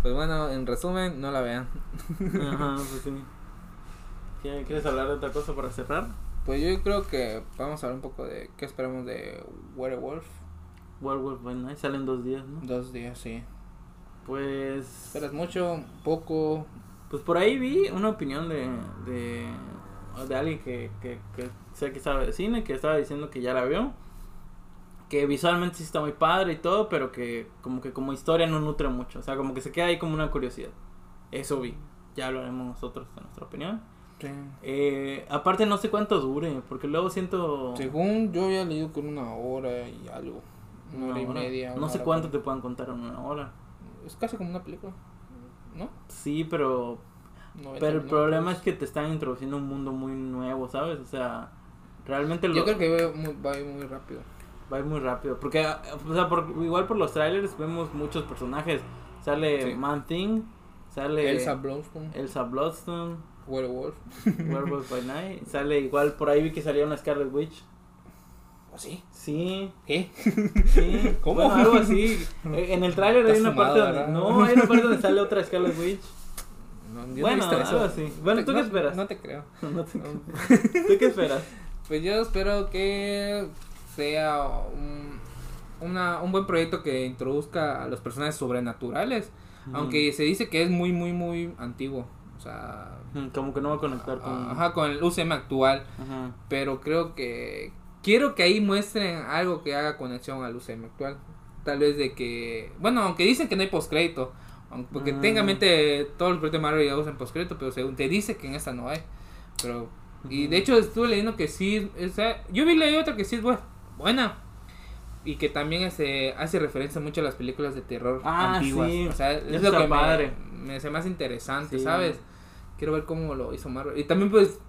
Speaker 2: Pues bueno, en resumen, no la vean.
Speaker 1: Ajá, pues sí. ¿Qué- ¿Quieres hablar de otra cosa para cerrar?
Speaker 2: Pues yo creo que vamos a hablar un poco de qué esperamos de Werewolf.
Speaker 1: Werewolf by Night salen dos días, ¿no?
Speaker 2: Dos días, sí.
Speaker 1: Pues.
Speaker 2: Esperas mucho, poco.
Speaker 1: Pues por ahí vi una opinión de. de, de alguien que, que, que sé que sabe de cine, que estaba diciendo que ya la vio. Que visualmente sí está muy padre y todo, pero que como que como historia no nutre mucho. O sea, como que se queda ahí como una curiosidad. Eso vi. Ya lo haremos nosotros en nuestra opinión.
Speaker 2: Sí.
Speaker 1: Eh, aparte no sé cuánto dure, porque luego siento...
Speaker 2: Según yo había leído con una hora y algo. Una,
Speaker 1: una
Speaker 2: hora y
Speaker 1: hora.
Speaker 2: media.
Speaker 1: No
Speaker 2: una
Speaker 1: sé
Speaker 2: hora
Speaker 1: cuánto
Speaker 2: con-
Speaker 1: te puedan contar en una hora.
Speaker 2: Es casi como una película. ¿No?
Speaker 1: Sí, pero...
Speaker 2: 90
Speaker 1: Pero el
Speaker 2: minutos.
Speaker 1: problema es que te están introduciendo un mundo muy nuevo, ¿sabes? O sea, realmente lo...
Speaker 2: Yo creo que va muy, va a ir muy rápido.
Speaker 1: Va a ir muy rápido. Porque, ah, o sea, por- igual por los trailers vemos muchos personajes. Sale
Speaker 2: Sí.
Speaker 1: Man Thing, sale
Speaker 2: Elsa Blomstone,
Speaker 1: Elsa Bloodstone,
Speaker 2: Werewolf.
Speaker 1: Werewolf by Night. Sale igual, por ahí vi que salía una Scarlet Witch.
Speaker 2: ¿O sí?
Speaker 1: Sí,
Speaker 2: ¿Qué?
Speaker 1: sí.
Speaker 2: ¿Cómo?
Speaker 1: Bueno, algo así. Eh, En el tráiler hay
Speaker 2: Estás
Speaker 1: una
Speaker 2: fumado,
Speaker 1: parte donde.
Speaker 2: ¿verdad?
Speaker 1: No, hay una parte donde sale otra Scarlet Witch.
Speaker 2: No, yo no he
Speaker 1: Bueno,
Speaker 2: visto eso.
Speaker 1: algo así. Bueno,
Speaker 2: Te-
Speaker 1: ¿tú
Speaker 2: no-
Speaker 1: qué esperas?
Speaker 2: No te creo.
Speaker 1: No te-
Speaker 2: No.
Speaker 1: ¿Tú qué esperas?
Speaker 2: Pues yo espero que sea un, una- un buen proyecto que introduzca a los personajes sobrenaturales. Aunque se dice que es muy, muy, muy antiguo. O sea,
Speaker 1: Mm, Como que no va a conectar con.
Speaker 2: ajá, con el UCM actual.
Speaker 1: Ajá.
Speaker 2: Pero creo que. Quiero que ahí muestren algo que haga conexión al UCM actual. Tal vez de que. Bueno, aunque dicen que no hay postcrédito. aunque- Porque
Speaker 1: Mm.
Speaker 2: técnicamente todos los proyectos de Marvel ya usan postcrédito, pero según te dice que en esta no hay. Pero. Y de
Speaker 1: Ujú.
Speaker 2: hecho estuve leyendo que sí. o sea, yo vi leí otra que sí es bu- buena. Y que también se hace referencia mucho a las películas de terror
Speaker 1: Ah,
Speaker 2: antiguas.
Speaker 1: sí.
Speaker 2: O sea, es
Speaker 1: Eso
Speaker 2: lo
Speaker 1: está
Speaker 2: que me-
Speaker 1: padre.
Speaker 2: Me, hace más interesante,
Speaker 1: Sí.
Speaker 2: ¿sabes? Quiero ver cómo lo hizo Marvel. Y también, pues,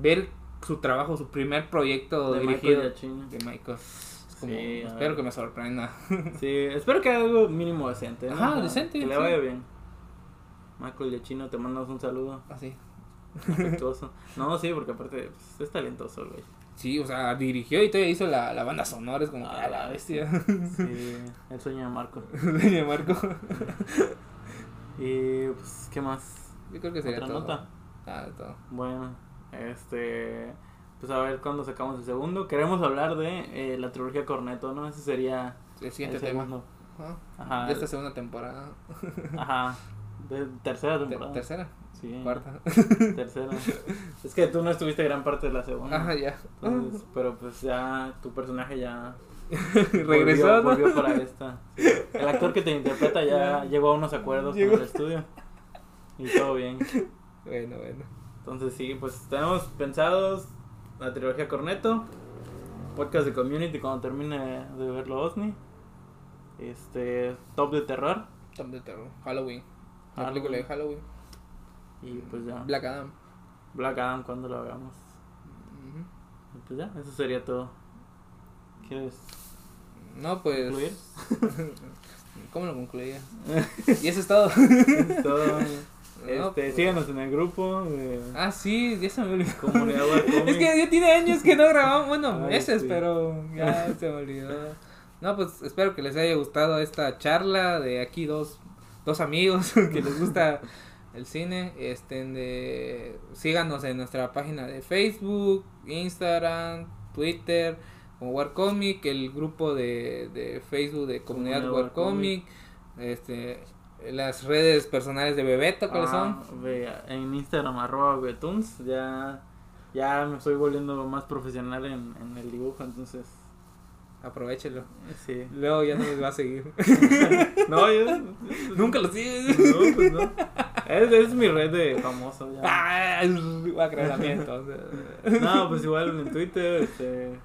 Speaker 2: ver su trabajo, su primer proyecto
Speaker 1: De
Speaker 2: dirigido
Speaker 1: magia de China.
Speaker 2: de Michael. Es como,
Speaker 1: Sí, a
Speaker 2: espero
Speaker 1: ver.
Speaker 2: que me sorprenda.
Speaker 1: Sí, espero que haga algo mínimo decente. ¿no?
Speaker 2: Ajá,
Speaker 1: O sea,
Speaker 2: decente,
Speaker 1: Que le
Speaker 2: sí.
Speaker 1: vaya bien. Michael de Chino, te mandamos un saludo
Speaker 2: Así.
Speaker 1: afectuoso. No, sí, porque aparte pues, es talentoso, güey.
Speaker 2: Sí, o sea, dirigió y todavía hizo la, la banda sonora. Es como,
Speaker 1: Ah,
Speaker 2: a la bestia.
Speaker 1: Sí, el sueño de Marco.
Speaker 2: Doña Marco.
Speaker 1: Y pues, ¿qué más?
Speaker 2: Yo creo que sería
Speaker 1: ¿Otra
Speaker 2: todo.
Speaker 1: nota?
Speaker 2: Ah, todo.
Speaker 1: Bueno, este. Pues a ver cuándo sacamos el segundo. Queremos hablar de eh, la trilogía Corneto, ¿no? Ese sería
Speaker 2: El
Speaker 1: el
Speaker 2: siguiente tema.
Speaker 1: segundo.
Speaker 2: Ajá.
Speaker 1: Ajá.
Speaker 2: De esta segunda temporada.
Speaker 1: Ajá. De tercera
Speaker 2: Te-
Speaker 1: temporada.
Speaker 2: tercera,
Speaker 1: Sí,
Speaker 2: cuarta.
Speaker 1: Tercera. Es que tú no estuviste gran parte de la segunda.
Speaker 2: Ajá, ya.
Speaker 1: Entonces, pero pues ya tu personaje ya
Speaker 2: Regresó. ¿no?
Speaker 1: volvió, volvió para esta. Sí. El actor que te interpreta ya llegó a unos acuerdos
Speaker 2: Llegó.
Speaker 1: con el estudio. Y todo bien.
Speaker 2: Bueno, bueno.
Speaker 1: Entonces sí, pues tenemos pensados la trilogía Corneto, podcast de Community cuando termine de verlo OSNI, este top de terror
Speaker 2: Tom de terror. Halloween. La
Speaker 1: Halloween.
Speaker 2: película de Halloween.
Speaker 1: y pues ya
Speaker 2: Black Adam.
Speaker 1: Black Adam cuando lo hagamos.
Speaker 2: Ujú.
Speaker 1: Y, pues ya, eso sería todo. ¿Quieres
Speaker 2: No, pues.
Speaker 1: concluir?
Speaker 2: ¿Cómo lo concluía? y eso es todo.
Speaker 1: Es todo. Este,
Speaker 2: No, pues.
Speaker 1: síganos en el grupo de
Speaker 2: Ah, sí, ya se me olvidó.
Speaker 1: comunidad Webcomic.
Speaker 2: Es que ya tiene años que no grabamos, bueno,
Speaker 1: Ay,
Speaker 2: meses,
Speaker 1: sí.
Speaker 2: pero ya se me olvidó. No, pues espero que les haya gustado esta charla de aquí dos, dos amigos que les gusta el cine. Este, de, síganos en nuestra página de Facebook, Instagram, Twitter, como Warcomic, el grupo de, de Facebook de Comunidad
Speaker 1: Comunidad
Speaker 2: Warcomic, este, las redes personales de Bebeto, ¿cuáles
Speaker 1: Ah, ve, en Instagram, arroba Betunes. Ya, ya me estoy volviendo más profesional en, en el dibujo, entonces.
Speaker 2: son? Aprovechenlo.
Speaker 1: Sí.
Speaker 2: Luego ya no les va a seguir.
Speaker 1: No, yo.
Speaker 2: Nunca lo sigues.
Speaker 1: No, pues no. Es, es mi red de famoso ya.
Speaker 2: Ah, voy a creer también, entonces.
Speaker 1: No, pues igual en Twitter, este.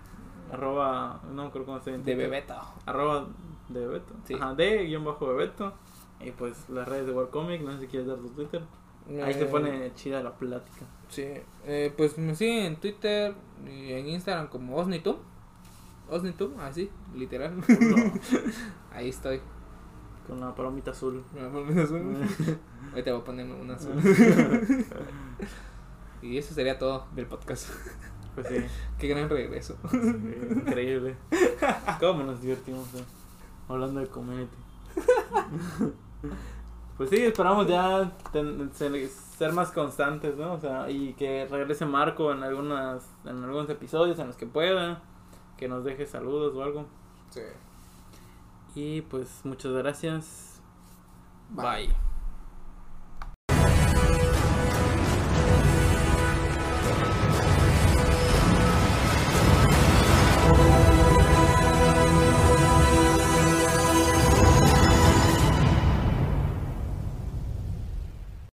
Speaker 1: Arroba. No me acuerdo cómo se llama.
Speaker 2: De Bebeto.
Speaker 1: Arroba de Bebeto.
Speaker 2: Sí.
Speaker 1: Ajá, de guión bajo Bebeto. Y pues las redes de Warcomic, no sé si quieres dar tu Twitter. Ahí se
Speaker 2: Eh,
Speaker 1: pone chida la plática.
Speaker 2: Sí. Eh, pues me siguen en Twitter y en Instagram como Osnitum. Osnitum, así, literal. Ahí estoy.
Speaker 1: Con la palomita azul.
Speaker 2: Me voy a poner
Speaker 1: Mm.
Speaker 2: azul. Ahorita voy a ponerme una azul. Y eso sería todo del podcast.
Speaker 1: Pues sí.
Speaker 2: Qué gran regreso.
Speaker 1: Increíble. ¿Cómo nos divertimos eh? hablando de community? Pues sí, esperamos ya ten- se- ser más constantes, ¿no? O sea, y que regrese Marco en algunas en algunos episodios en los que pueda, que nos deje saludos o algo.
Speaker 2: Sí.
Speaker 1: Y pues muchas gracias.
Speaker 2: Bye.